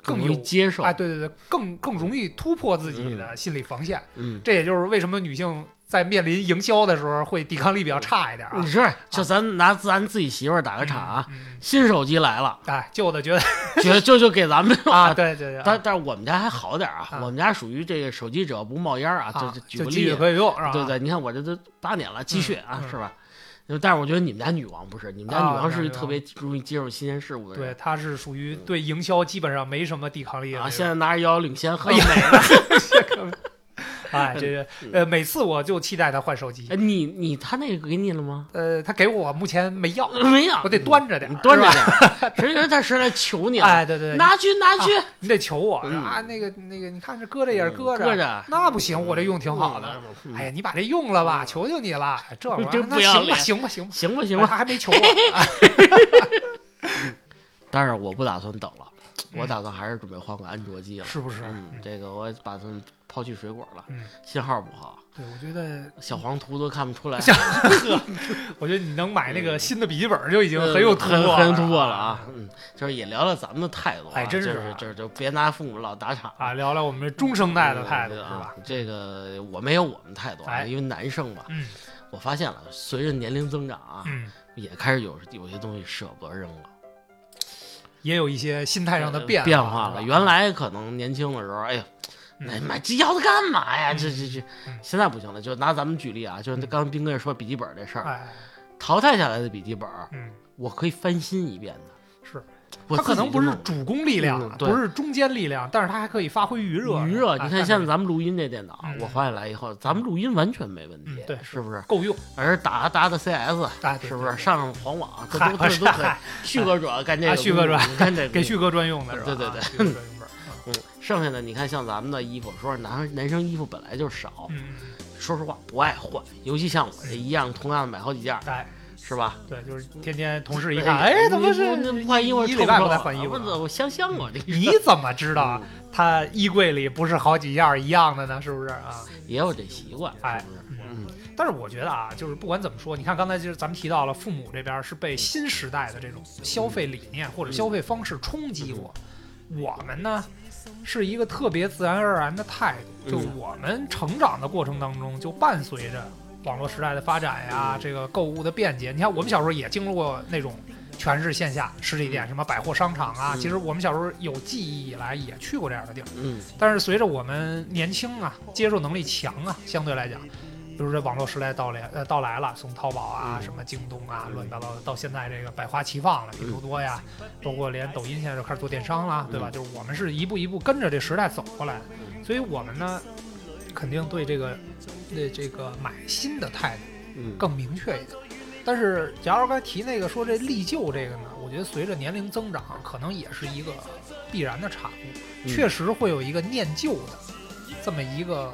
Speaker 1: 更
Speaker 2: 更
Speaker 1: 容易
Speaker 2: 有啊
Speaker 1: 接受
Speaker 2: 哎，，对对对，更更容易突破自己的心理防线。
Speaker 1: 嗯，
Speaker 2: 这也就是为什么女性在面临营销的时候会抵抗力比较差一点啊
Speaker 1: 你。是就咱拿咱自己媳妇儿嗯打个岔啊，
Speaker 2: 嗯，
Speaker 1: 新手机来了，
Speaker 2: 哎，旧的觉 得
Speaker 1: 就就就给咱们
Speaker 2: 啊，，对对对，
Speaker 1: 但但是我们家还好点儿啊，
Speaker 2: 啊
Speaker 1: 我们家属于这个手机只要不冒烟儿啊，
Speaker 2: 啊
Speaker 1: 就举
Speaker 2: 就
Speaker 1: 个
Speaker 2: 继
Speaker 1: 例
Speaker 2: 续
Speaker 1: 子，
Speaker 2: 可以用是吧？
Speaker 1: 对对，你看我这都八年了，积
Speaker 2: 嗯
Speaker 1: 蓄啊，
Speaker 2: 嗯
Speaker 1: 是吧？就但是我觉得你们家女王不是，你们家
Speaker 2: 啊
Speaker 1: 女王是
Speaker 2: 女王
Speaker 1: 特别容易接受新鲜事物的
Speaker 2: 对，
Speaker 1: 人
Speaker 2: 它是属于对营销基本上没什么抵抗力的
Speaker 1: 嗯啊。
Speaker 2: 那种。
Speaker 1: 现在拿着遥遥领先，很
Speaker 2: 哎
Speaker 1: 美
Speaker 2: 呀
Speaker 1: 了。
Speaker 2: 哎，这个呃，每次我就期待他换手机
Speaker 1: 嗯哎，你你他那个给你了吗？
Speaker 2: 呃，他给我目前没要，
Speaker 1: 没有，
Speaker 2: 我得端着点
Speaker 1: 你
Speaker 2: 儿，
Speaker 1: 嗯端着
Speaker 2: 是吧。
Speaker 1: 点 儿。谁人他是来求你了？
Speaker 2: 哎，对对，对
Speaker 1: 拿去拿去，
Speaker 2: 你得求我
Speaker 1: 嗯
Speaker 2: 啊，那个那个，你看这搁着也是
Speaker 1: 嗯
Speaker 2: 搁
Speaker 1: 搁着
Speaker 2: 那不行，我这用挺好的。
Speaker 1: 嗯
Speaker 2: 哎呀，你把这用了吧，求求你了。哎这玩意儿
Speaker 1: 真
Speaker 2: 那
Speaker 1: 不要
Speaker 2: 行吧，
Speaker 1: 脸
Speaker 2: 行吧，行吧，
Speaker 1: 行吧行
Speaker 2: 哎
Speaker 1: 吧。
Speaker 2: 他还没 求我啊
Speaker 1: 但是我不打算等了，我
Speaker 2: 嗯
Speaker 1: 打算还是准备换个安卓机了。
Speaker 2: 是不是？
Speaker 1: 嗯，这个我打算抛弃水果了，
Speaker 2: 嗯，
Speaker 1: 信号不好，
Speaker 2: 对，我觉得，
Speaker 1: 小黄图都看不出来。
Speaker 2: 我觉得你能买那个新的笔记本就已经
Speaker 1: 嗯
Speaker 2: 很有突
Speaker 1: 很
Speaker 2: 破，
Speaker 1: 很有突破了啊！！嗯，就是也聊聊咱们的态度啊，
Speaker 2: 哎真
Speaker 1: 就是是就是就别拿父母老打岔
Speaker 2: 啊，聊聊我们这中生代的态度是
Speaker 1: 嗯
Speaker 2: 吧？
Speaker 1: 啊这个我没有我们态度啊，
Speaker 2: 哎
Speaker 1: 因为男生嘛，
Speaker 2: 嗯
Speaker 1: 我发现了，随着年龄增长啊，
Speaker 2: 嗯，
Speaker 1: 也开始有有些东西舍不得扔了，嗯
Speaker 2: 也有一些心态上的
Speaker 1: 呃变
Speaker 2: 变
Speaker 1: 化了。
Speaker 2: 是吧
Speaker 1: 原来可能年轻的时候，哎呀。
Speaker 2: 嗯
Speaker 1: 哎买这要它干嘛呀？这这这
Speaker 2: 嗯，
Speaker 1: 现在不行了。就拿咱们举例啊，就是刚才斌哥也说笔记本这事儿，
Speaker 2: 哎，
Speaker 1: 淘汰下来的笔记本，
Speaker 2: 嗯，
Speaker 1: 我可以翻新一遍的。
Speaker 2: 是，
Speaker 1: 我
Speaker 2: 它可
Speaker 1: 自己就
Speaker 2: 能不是
Speaker 1: 弄了
Speaker 2: 主攻力量
Speaker 1: 嗯
Speaker 2: 啊，
Speaker 1: 对
Speaker 2: 不是中间力量，但是它还可以发挥余热。
Speaker 1: 余
Speaker 2: 热，
Speaker 1: 热，你
Speaker 2: 哎
Speaker 1: 看
Speaker 2: 但
Speaker 1: 现在
Speaker 2: 是
Speaker 1: 咱们录音这电脑，
Speaker 2: 嗯
Speaker 1: 我换下来以后，咱们录音完全没问题
Speaker 2: 嗯，对
Speaker 1: 是不是？
Speaker 2: 够用，
Speaker 1: 而打打打 CS，
Speaker 2: 哎，对
Speaker 1: 是不
Speaker 2: 对
Speaker 1: 是？上上黄网，这
Speaker 2: 嗨
Speaker 1: 都这都可以
Speaker 2: 嗨。
Speaker 1: 旭哥主要干这个
Speaker 2: 啊
Speaker 1: 工作，
Speaker 2: 旭哥主要
Speaker 1: 你干这个
Speaker 2: 给
Speaker 1: 工
Speaker 2: 旭
Speaker 1: 作。
Speaker 2: 哥专用的是吧？
Speaker 1: 对对对
Speaker 2: 啊旭哥专用本儿啊
Speaker 1: 嗯，剩下的你看，像咱们的衣服，说男男生衣服本来就少，
Speaker 2: 嗯，嗯
Speaker 1: 说实话不爱换，尤其像我这一样，同样的买好几件，
Speaker 2: 哎，
Speaker 1: 是吧？
Speaker 2: 对，就是天天同事一看，
Speaker 1: 哎
Speaker 2: 哎，怎么
Speaker 1: 你
Speaker 2: 是
Speaker 1: 不换衣服
Speaker 2: 一
Speaker 1: 臭
Speaker 2: 礼拜
Speaker 1: 不臭
Speaker 2: 不再换衣服
Speaker 1: 我
Speaker 2: 了？
Speaker 1: 怎我香香我这个
Speaker 2: 你怎么知道啊
Speaker 1: 嗯
Speaker 2: 他衣柜里不是好几样一样的呢？是不是啊？
Speaker 1: 也有这习惯，
Speaker 2: 哎
Speaker 1: 是不是？
Speaker 2: 嗯，但是我觉得啊，就是不管怎么说，你看刚才就是咱们提到了，父母这边是被新时代的这种消费理念或者消费方式冲击过，
Speaker 1: 嗯
Speaker 2: 我们呢是一个特别自然而然的态度，就
Speaker 1: 嗯
Speaker 2: 我们成长的过程当中就伴随着网络时代的发展
Speaker 1: 嗯
Speaker 2: 呀，这个购物的便捷。你看我们小时候也经历过那种。全是线下实体店，什么百货商场啊，
Speaker 1: 嗯
Speaker 2: 其实我们小时候有记忆以来也去过这样的地儿。
Speaker 1: 嗯
Speaker 2: 但是随着我们年轻啊，接受能力强啊，相对来讲，比如这网络时代到来呃到来了，从淘宝啊、
Speaker 1: 嗯
Speaker 2: 什么京东啊
Speaker 1: 嗯
Speaker 2: 乱七八糟的，到现在这个百花齐放了，拼多多呀，包括连抖音现在就开始做电商了，对吧？就是我们是一步一步跟着这时代走过来的，
Speaker 1: 嗯
Speaker 2: 所以我们呢，肯定对这个对这个买新的态度
Speaker 1: 嗯，
Speaker 2: 更明确一点。但是，假如刚才提那个说这历旧这个呢，我觉得随着年龄增长，可能也是一个必然的产物。
Speaker 1: 嗯
Speaker 2: 确实会有一个念旧的这么一个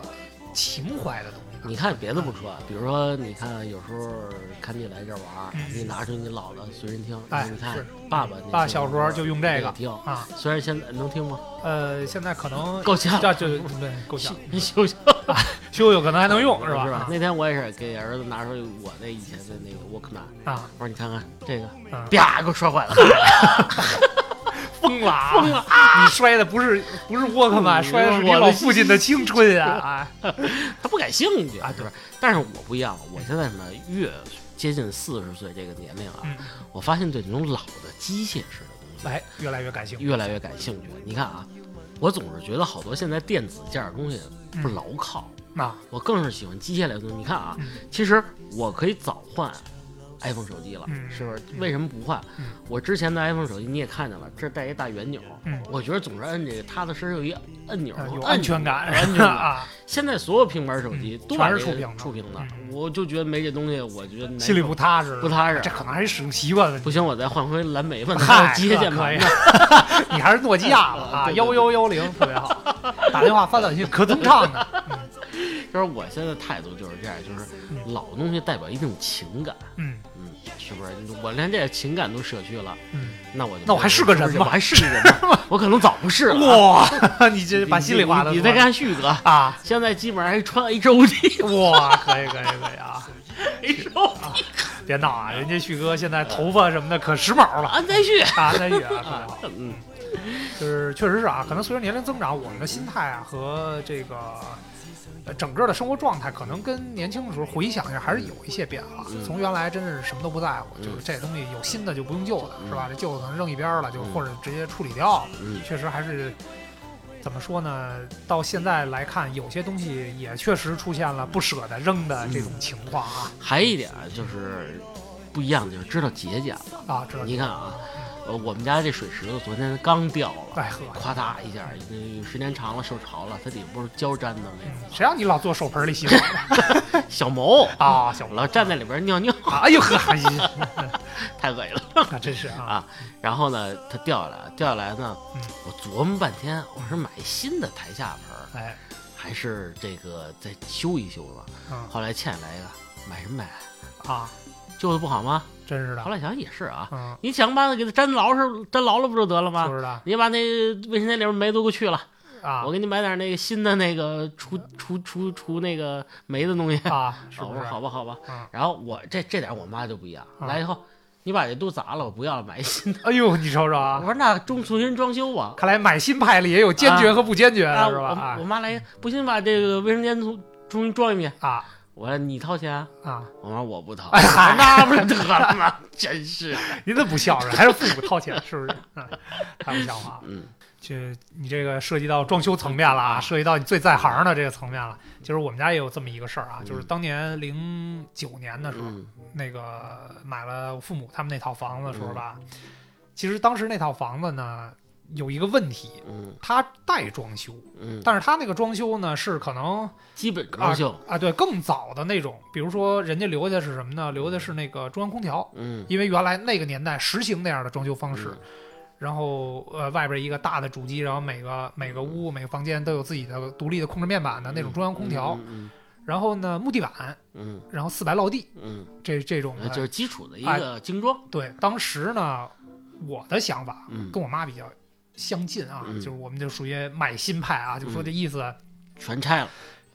Speaker 2: 情怀的东西。
Speaker 1: 你看别的不说，啊比如说你看有时候看你来这玩儿，
Speaker 2: 嗯
Speaker 1: 你拿出你老的随身听，
Speaker 2: 哎
Speaker 1: 你看
Speaker 2: 是
Speaker 1: 爸爸那
Speaker 2: 爸小时候就用这
Speaker 1: 个
Speaker 2: 个
Speaker 1: 听，
Speaker 2: 啊，
Speaker 1: 虽然现在能听吗？
Speaker 2: 呃，现在可 能
Speaker 1: 够呛，
Speaker 2: 这 就对够呛，
Speaker 1: 修修
Speaker 2: 修修可能还能 用是吧？啊
Speaker 1: 是吧？那天我也是给儿子拿出我那以前的那个 Walkman，
Speaker 2: 啊，
Speaker 1: 我说你看看这个，
Speaker 2: 嗯
Speaker 1: 啪给我摔 坏了，
Speaker 2: 疯了啊，疯了你摔的不是不是沃克曼，
Speaker 1: 嗯
Speaker 2: 摔的是你
Speaker 1: 我的
Speaker 2: 老父亲的青春呀！ 啊，
Speaker 1: 他不感兴趣
Speaker 2: 啊
Speaker 1: 是不是？但是我不一样，我现在什么越接近四十岁这个年龄啊，
Speaker 2: 嗯，
Speaker 1: 我发现对那种老的机械式的东西。
Speaker 2: 哎，越来越感性，
Speaker 1: 越来越感兴趣。你看啊，我总是觉得好多现在电子件儿东西不牢靠，
Speaker 2: 那
Speaker 1: 我更是喜欢机械类的东西。你看啊，
Speaker 2: 嗯
Speaker 1: 其实我可以早换 iPhone 手机了，
Speaker 2: 嗯
Speaker 1: 是不是？
Speaker 2: 嗯
Speaker 1: 为什么不换？
Speaker 2: 嗯
Speaker 1: 我之前的 iPhone 手机你也看见了，这带一大圆钮，
Speaker 2: 嗯
Speaker 1: 我觉得总是摁这个踏踏实实有一按钮，
Speaker 2: 呃有
Speaker 1: 摁
Speaker 2: 安全感，
Speaker 1: 有安 全感。
Speaker 2: 啊，
Speaker 1: 现在所有平板手机
Speaker 2: 嗯
Speaker 1: 都把
Speaker 2: 全
Speaker 1: 这
Speaker 2: 是触屏的
Speaker 1: 触屏的，
Speaker 2: 嗯
Speaker 1: 我就觉得没这东西，我觉得难
Speaker 2: 心里
Speaker 1: 受
Speaker 2: 不踏实，
Speaker 1: 不踏实
Speaker 2: 这可能还是使用习惯问题。
Speaker 1: 不行，我再换回蓝莓吧，
Speaker 2: 嗨
Speaker 1: 那机械键
Speaker 2: 可
Speaker 1: 盘
Speaker 2: 以
Speaker 1: 吧。
Speaker 2: 你还是诺基 亚吧啊，
Speaker 1: 对对
Speaker 2: 幺
Speaker 1: 对
Speaker 2: 幺幺零特别 好，打电话发短信可通畅呢。
Speaker 1: 就是我现在态度就是这样，就是老东西代表一种情感，
Speaker 2: 嗯
Speaker 1: 嗯，是不是？我连这情感都舍去了，
Speaker 2: 嗯，
Speaker 1: 那我就
Speaker 2: 那我还是个人
Speaker 1: 我
Speaker 2: 吗
Speaker 1: 还是个人吗？ 我可能早不是了。啊
Speaker 2: 哇，你这把心里话都
Speaker 1: 你
Speaker 2: 说
Speaker 1: 再
Speaker 2: 了嗯
Speaker 1: 看旭哥，
Speaker 2: 啊，
Speaker 1: 现在基本上还穿 H O T，
Speaker 2: 哇，可以可以可以啊，别闹啊，人家旭哥现在头发什么的可时髦了
Speaker 1: 安在旭，
Speaker 2: 啊，那也特别好。
Speaker 1: 嗯，
Speaker 2: 就是确实是啊，可能随着年龄增长，我们的心态啊和这个呃整个的生活状态，可能跟年轻的时候回想一下，还是有一些变化。
Speaker 1: 嗯
Speaker 2: 从原来真是什么都不在乎，
Speaker 1: 嗯
Speaker 2: 就是这东西有新的就不用旧的，
Speaker 1: 嗯
Speaker 2: 是吧？这旧的可能扔一边儿了，就
Speaker 1: 嗯
Speaker 2: 或者直接处理掉了。
Speaker 1: 嗯
Speaker 2: 确实还是怎么说呢？到现在来看，有些东西也确实出现了不舍得扔的这种情况啊
Speaker 1: 还有一点啊就是不一样，就是知道节俭了。
Speaker 2: 啊！知道
Speaker 1: 你看啊，呃，我们家这水池子昨天刚掉了，
Speaker 2: 哎呵，
Speaker 1: 夸嗒一下，那时间长了受潮了，它底部胶粘的那种。
Speaker 2: 嗯谁让你老坐手盆里洗澡
Speaker 1: 小毛
Speaker 2: 啊？小
Speaker 1: 老站在里边尿尿，
Speaker 2: 啊，哎呦呵，哎呀
Speaker 1: 太恶心了。
Speaker 2: 那真是 啊
Speaker 1: 啊然后呢，它掉下来了，掉下来呢
Speaker 2: 嗯，
Speaker 1: 我琢磨半天，我是买新的台下盆儿，
Speaker 2: 哎，
Speaker 1: 还是这个再修一修吧。
Speaker 2: 嗯
Speaker 1: 后来欠下来一个，买什么买？
Speaker 2: 啊，
Speaker 1: 旧的不好吗？
Speaker 2: 真是
Speaker 1: 后
Speaker 2: 的，
Speaker 1: 来想也是啊，
Speaker 2: 嗯，
Speaker 1: 你想办法给它粘牢是粘牢了不就得了吗？
Speaker 2: 就是的
Speaker 1: 你把那卫生间里边霉都给我去了，
Speaker 2: 啊嗯
Speaker 1: 我给你买点那个新的那个除除除除那个霉的东 西。
Speaker 2: 啊，是
Speaker 1: 好
Speaker 2: 不是
Speaker 1: 吧，？哦好吧，好吧。
Speaker 2: 嗯
Speaker 1: 然后我这这点我妈就不一样，
Speaker 2: 啊
Speaker 1: 来以后你把这都砸了，我不要了，买一新的。
Speaker 2: 哎呦，你瞅
Speaker 1: 我
Speaker 2: 瞅啊，
Speaker 1: 说那重重新装修吧。
Speaker 2: 看来买新派里也有坚决和不坚决
Speaker 1: 啊，
Speaker 2: 的是吧？
Speaker 1: 我我
Speaker 2: 啊
Speaker 1: 妈来一个，不行，把这个卫生间重重新装一遍。
Speaker 2: 啊
Speaker 1: 我说你掏钱啊，
Speaker 2: 啊！
Speaker 1: 我妈我不掏。
Speaker 2: 哎嗨
Speaker 1: 那不是得了吗？真是，
Speaker 2: 您怎么不孝顺？还是父母掏钱， 是不是？嗯太不像话了。
Speaker 1: 嗯，
Speaker 2: 这你这个涉及到装修层面了啊，涉及到你最在行的这个层面了。就是我们家也有这么一个事儿啊，
Speaker 1: 嗯
Speaker 2: 就是当年零九年的时候，
Speaker 1: 嗯
Speaker 2: 那个买了我父母他们那套房子的时候吧，
Speaker 1: 嗯
Speaker 2: 其实当时那套房子呢有一个问题，
Speaker 1: 嗯
Speaker 2: 它带装修，
Speaker 1: 嗯，
Speaker 2: 但是它那个装修呢是可能
Speaker 1: 基本装修。
Speaker 2: 啊对更早的那种，比如说人家留下是什么呢？留下是那个中央空调，
Speaker 1: 嗯，
Speaker 2: 因为原来那个年代实行那样的装修方式，
Speaker 1: 嗯
Speaker 2: 然后呃外边一个大的主机，然后每个每个屋每个房间都有自己的独立的控制面板的那种中央空调，
Speaker 1: 嗯
Speaker 2: 然后呢木地板，
Speaker 1: 嗯
Speaker 2: 然后四白落地
Speaker 1: 嗯
Speaker 2: 这这种
Speaker 1: 嗯，
Speaker 2: 的。
Speaker 1: 就是基础的一个精装。
Speaker 2: 对，当时呢我的想法
Speaker 1: 嗯，
Speaker 2: 跟我妈比较相近啊，
Speaker 1: 嗯
Speaker 2: 就是我们就属于买新派啊，就说这意思，
Speaker 1: 全拆了。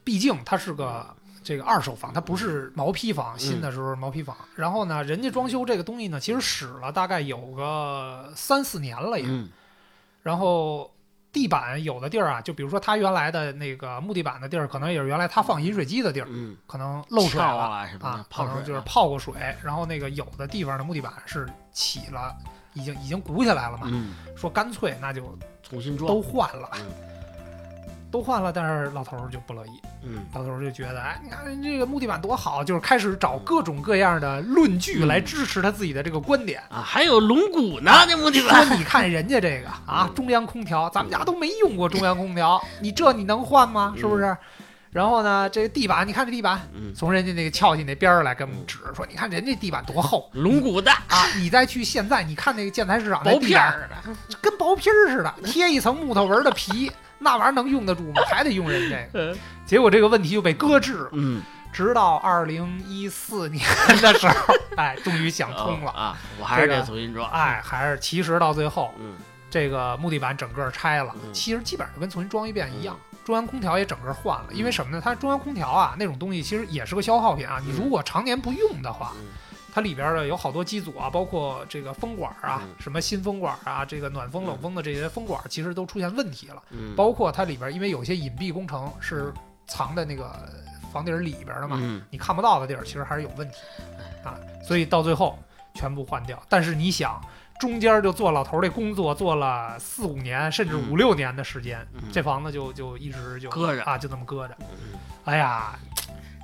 Speaker 2: 毕竟它是个。这个二手房，它不
Speaker 1: 嗯
Speaker 2: 是毛坯房，新的时候是毛坯房。然后呢，人家装修这个东西呢，其实使了大概有个三四年了也，
Speaker 1: 嗯
Speaker 2: 然后地板有的地儿啊，就比如说他原来的那个木地板的地儿，可能也是原来他放饮水机的地儿，
Speaker 1: 嗯，
Speaker 2: 可能漏水
Speaker 1: 翘
Speaker 2: 了
Speaker 1: 啊什么的
Speaker 2: 啊，，
Speaker 1: 泡
Speaker 2: 可
Speaker 1: 水
Speaker 2: 能就是
Speaker 1: 了
Speaker 2: 泡过水。然后那个有的地方的木地板是起了，已经已经鼓起来了嘛，
Speaker 1: 嗯，
Speaker 2: 说干脆那就
Speaker 1: 重新装
Speaker 2: 都。换了吧
Speaker 1: 嗯。
Speaker 2: 都换了，但是老头儿就不乐意，
Speaker 1: 嗯，
Speaker 2: 老头儿就觉得，哎，你看这个木地板多好，就是开始找各种各样的论
Speaker 1: 嗯
Speaker 2: 据来支持他自己的这个观点。
Speaker 1: 啊，还有龙骨呢，那 木地板。
Speaker 2: 说你看人家这个
Speaker 1: 嗯
Speaker 2: 啊，中央空调，咱们家都没用过中央 空调，你这你能换吗？是不是？然后呢，这地板，你看这地板，
Speaker 1: 嗯，
Speaker 2: 从人家那个翘起那边儿来跟我们指说，你看人家地板多厚
Speaker 1: 龙骨的
Speaker 2: 啊！你再去现在，你看那个建材市场那
Speaker 1: 薄
Speaker 2: 地
Speaker 1: 片
Speaker 2: 板
Speaker 1: 儿的。
Speaker 2: 跟薄皮儿似的，贴一层木头纹的皮，那玩意儿能用得住吗？还得用人这个。
Speaker 1: 嗯
Speaker 2: 结果这个问题就被搁置了，
Speaker 1: 嗯，
Speaker 2: 直到二零一四年的时候，哎，终于想通
Speaker 1: 哦
Speaker 2: 了。
Speaker 1: 啊！我还是
Speaker 2: 这
Speaker 1: 得
Speaker 2: 个
Speaker 1: 重新装。
Speaker 2: 哎，还是其实到最后，
Speaker 1: 嗯
Speaker 2: 这个木地板整个拆了，
Speaker 1: 嗯
Speaker 2: 其实基本上跟重新装一遍一样。中央空调也整个换了，
Speaker 1: 嗯
Speaker 2: 因为什么呢？它中央空调啊那种东西其实也是个消耗品啊，你如果常年不用的话
Speaker 1: 嗯，
Speaker 2: 它里边的有好多机组啊，包括这个风管啊
Speaker 1: 嗯，
Speaker 2: 什么新风管啊，这个暖风、冷风的这些风管，其实都出现问题了。
Speaker 1: 嗯，
Speaker 2: 包括它里边，因为有些隐蔽工程是藏在那个房顶里边的嘛，
Speaker 1: 嗯
Speaker 2: 你看不到的地儿，其实还是有问题啊。所以到最后全部换掉。但是你想，中间就做老头儿这工作做了四五年，甚至
Speaker 1: 嗯
Speaker 2: 五六年的时间，
Speaker 1: 嗯
Speaker 2: 这房子就就一直就
Speaker 1: 搁着
Speaker 2: 啊，就这么搁着。
Speaker 1: 嗯
Speaker 2: 哎呀，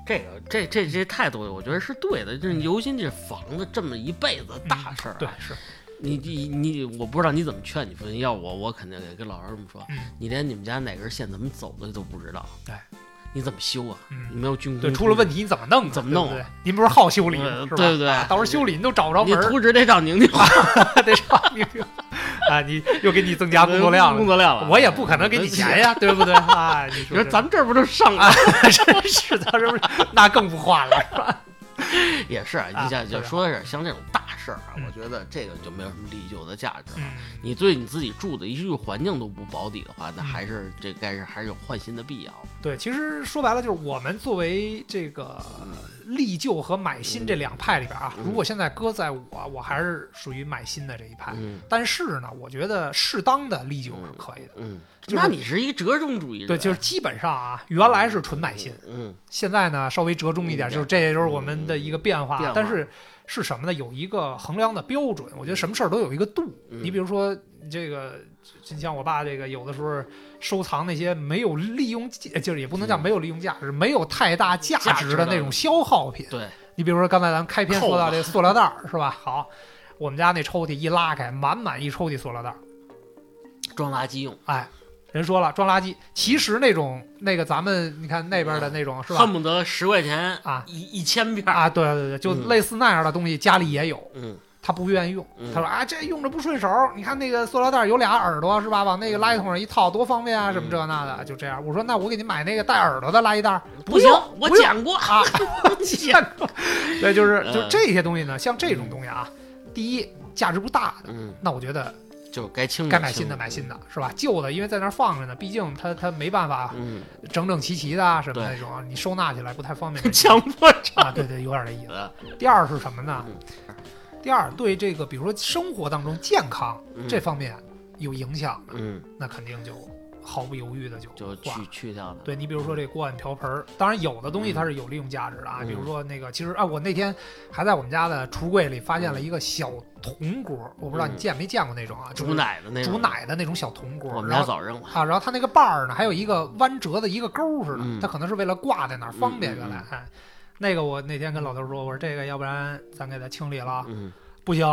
Speaker 1: 这个这这这态度，我觉得是对的。就是尤其这房子这么一辈子大事儿、
Speaker 2: 嗯
Speaker 1: 啊
Speaker 2: 对，，是
Speaker 1: 你你你，我不知道你怎么劝你父亲，要我我肯定得跟老师这么说，
Speaker 2: 嗯
Speaker 1: 你连你们家哪根线怎么走的都不知道，
Speaker 2: 哎，
Speaker 1: 你怎么修啊？你
Speaker 2: 嗯。
Speaker 1: 没有竣工，
Speaker 2: 对，出了问题你怎么弄啊？
Speaker 1: 怎么弄啊
Speaker 2: 对不对您不是好修理吗？
Speaker 1: 嗯
Speaker 2: 是吧？
Speaker 1: 对不对
Speaker 2: 啊到时候修理您都找不着
Speaker 1: 你
Speaker 2: 门儿，
Speaker 1: 图纸得找宁宁，
Speaker 2: 得上你啊！你又给你增加工作 量
Speaker 1: 工
Speaker 2: 了，
Speaker 1: 作量了，
Speaker 2: 我也不可能给你钱呀，对不对？啊，你
Speaker 1: 你
Speaker 2: 说
Speaker 1: 说
Speaker 2: 这
Speaker 1: 咱们这儿不就上
Speaker 2: 啊， 真是的，是不是？那更不换了，是吧？
Speaker 1: 也是啊，
Speaker 2: 啊
Speaker 1: 你想
Speaker 2: 对
Speaker 1: 就
Speaker 2: 吧
Speaker 1: 说的是像这种大事儿啊，
Speaker 2: 嗯
Speaker 1: 我觉得这个就没有什么历久的价值了。
Speaker 2: 嗯，
Speaker 1: 你对你自己住的一居住环境都不保底的话，那
Speaker 2: 嗯
Speaker 1: 还是这该是还是有换新的必要。
Speaker 2: 对，其实说白了就是我们作为这个历旧和买新这两派里边啊，
Speaker 1: 嗯
Speaker 2: 如果现在搁在我，我还是属于买新的这一派。
Speaker 1: 嗯
Speaker 2: 但是呢，我觉得适当的历旧是可以的。
Speaker 1: 嗯，
Speaker 2: 就是
Speaker 1: 那你是一个折中主义者，
Speaker 2: 对，就是基本上啊，原来是纯买新，
Speaker 1: 嗯
Speaker 2: 现在呢稍微折中一点，
Speaker 1: 嗯
Speaker 2: 就是这也就是我们的一个变化。
Speaker 1: 变化
Speaker 2: 但是是什么呢？有一个衡量的标准，我觉得什么事儿都有一个度。
Speaker 1: 嗯
Speaker 2: 你比如说这个，就像我爸这个，有的时候收藏那些没有利用价，就是也不能叫
Speaker 1: 嗯
Speaker 2: 没有利用价值，没有太大价值的那种消耗品。
Speaker 1: 对，
Speaker 2: 你比如说刚才咱们开篇
Speaker 1: 扣子
Speaker 2: 说到这塑料袋儿是吧？好，我们家那抽屉一拉开，满满一抽屉塑料袋儿。
Speaker 1: 装垃圾用，
Speaker 2: 哎，人说了装垃圾，其实那种那个咱们你看那边的那种是吧？
Speaker 1: 恨不得十块钱
Speaker 2: 啊
Speaker 1: 一一千片儿，
Speaker 2: 啊，对对对，就类似那样的东西，家里也有，
Speaker 1: 嗯
Speaker 2: 他不愿意用，
Speaker 1: 嗯
Speaker 2: 他说啊，这用着不顺手，你看那个塑料袋有俩耳朵是吧？往
Speaker 1: 嗯
Speaker 2: 那个垃圾桶上一套，多方便啊，什么这那的，就这样。我说那我给你买那个带耳朵的垃 圾袋，
Speaker 1: 不行
Speaker 2: 用，
Speaker 1: 我
Speaker 2: 不用
Speaker 1: 讲过，
Speaker 2: 啊，
Speaker 1: 我讲，
Speaker 2: 对，就是
Speaker 1: 嗯
Speaker 2: 就这些东西呢，像这种东西啊，第一价值不大的，
Speaker 1: 嗯，
Speaker 2: 那我觉得
Speaker 1: 就该清理
Speaker 2: 该买新的
Speaker 1: 清理
Speaker 2: 买新的，是吧？旧的因为在那儿放着呢，毕竟它它没办法
Speaker 1: 嗯，
Speaker 2: 整整齐齐的啊什么
Speaker 1: 对
Speaker 2: 那种啊，你收纳起来不太 方便
Speaker 1: 强迫症，
Speaker 2: 啊，对对，有点这意思。第二是什么呢？
Speaker 1: 嗯
Speaker 2: 第二，对这个比如说生活当中健康
Speaker 1: 嗯
Speaker 2: 这方面有影响的，
Speaker 1: 嗯，
Speaker 2: 那肯定就毫不犹豫的就
Speaker 1: 就
Speaker 2: 换。
Speaker 1: 去去掉了，
Speaker 2: 对你比如说这锅碗瓢盆儿，当然有的东西它是有利用价值的啊，
Speaker 1: 嗯
Speaker 2: 比如说那个，其实啊，我那天还在我们家的橱柜里发现了一个小铜锅，我不知道你
Speaker 1: 嗯
Speaker 2: 见没见过那种啊，就是
Speaker 1: 煮奶的那种
Speaker 2: 煮，奶的那种小铜锅，
Speaker 1: 我们
Speaker 2: 然
Speaker 1: 家
Speaker 2: 后
Speaker 1: 早扔了，
Speaker 2: 啊，然后它那个把儿呢，还有一个弯折的一个钩儿似的，
Speaker 1: 嗯
Speaker 2: 它可能是为了挂在那儿方
Speaker 1: 嗯
Speaker 2: 便。
Speaker 1: 嗯
Speaker 2: 原来，哎，那个我那天跟老头说，我说这个要不然咱给它清理了，
Speaker 1: 嗯，
Speaker 2: 不行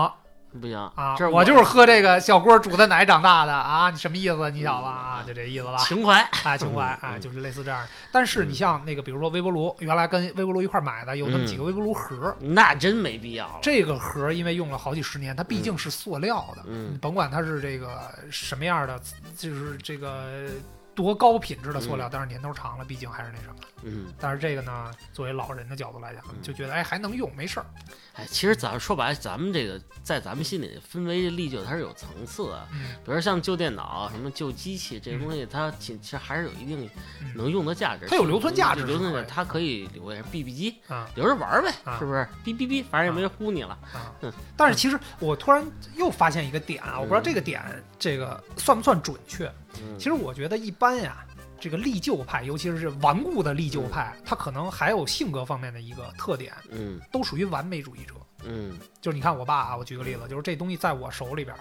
Speaker 1: 不行
Speaker 2: 啊
Speaker 1: 这，
Speaker 2: 我就是喝这个小锅煮的奶长大的啊，你什么意思？你小
Speaker 1: 嗯
Speaker 2: 子啊，就这意思了。
Speaker 1: 情怀，
Speaker 2: 啊，情怀
Speaker 1: 嗯
Speaker 2: 啊，就是类似这样的。但是你像那个，比如说微波炉，原来跟微波炉一块儿买的，有那么几
Speaker 1: 嗯
Speaker 2: 个微波炉盒儿，
Speaker 1: 那真没必要了，
Speaker 2: 这个盒儿因为用了好几十年，它毕竟是塑料的，
Speaker 1: 嗯
Speaker 2: 你甭管它是这个什么样的，就是这个多高品质的塑料，但是年头长了，毕竟还是那什么。
Speaker 1: 嗯，
Speaker 2: 但是这个呢，作为老人的角度来讲，
Speaker 1: 嗯
Speaker 2: 就觉得哎还能用，没事儿。
Speaker 1: 哎，其实咱说白了，咱们这个在咱们心里分为历旧，它是有层次的。
Speaker 2: 嗯
Speaker 1: 比如像旧电脑、什么旧机器这些东西，它其其实还是有一定
Speaker 2: 嗯
Speaker 1: 能用的价值。
Speaker 2: 它有留存价值
Speaker 1: 留存
Speaker 2: 是
Speaker 1: 价
Speaker 2: 吧
Speaker 1: 值它可以留下 BB 机，
Speaker 2: 啊
Speaker 1: 留着玩儿呗，
Speaker 2: 啊
Speaker 1: 是不是？哔哔哔，反正也没人呼你了。
Speaker 2: 啊
Speaker 1: 嗯！
Speaker 2: 但是其实我突然又发现一个点啊，我不知道这个点这个算不算准确。
Speaker 1: 嗯
Speaker 2: 其实我觉得一般呀，这个历旧派，尤其是这顽固的历旧派，他可能还有性格方面的一个特点，
Speaker 1: 嗯
Speaker 2: 都属于完美主义者。
Speaker 1: 嗯
Speaker 2: 就是你看我爸啊，我举个例子，就是这东西在我手里边儿，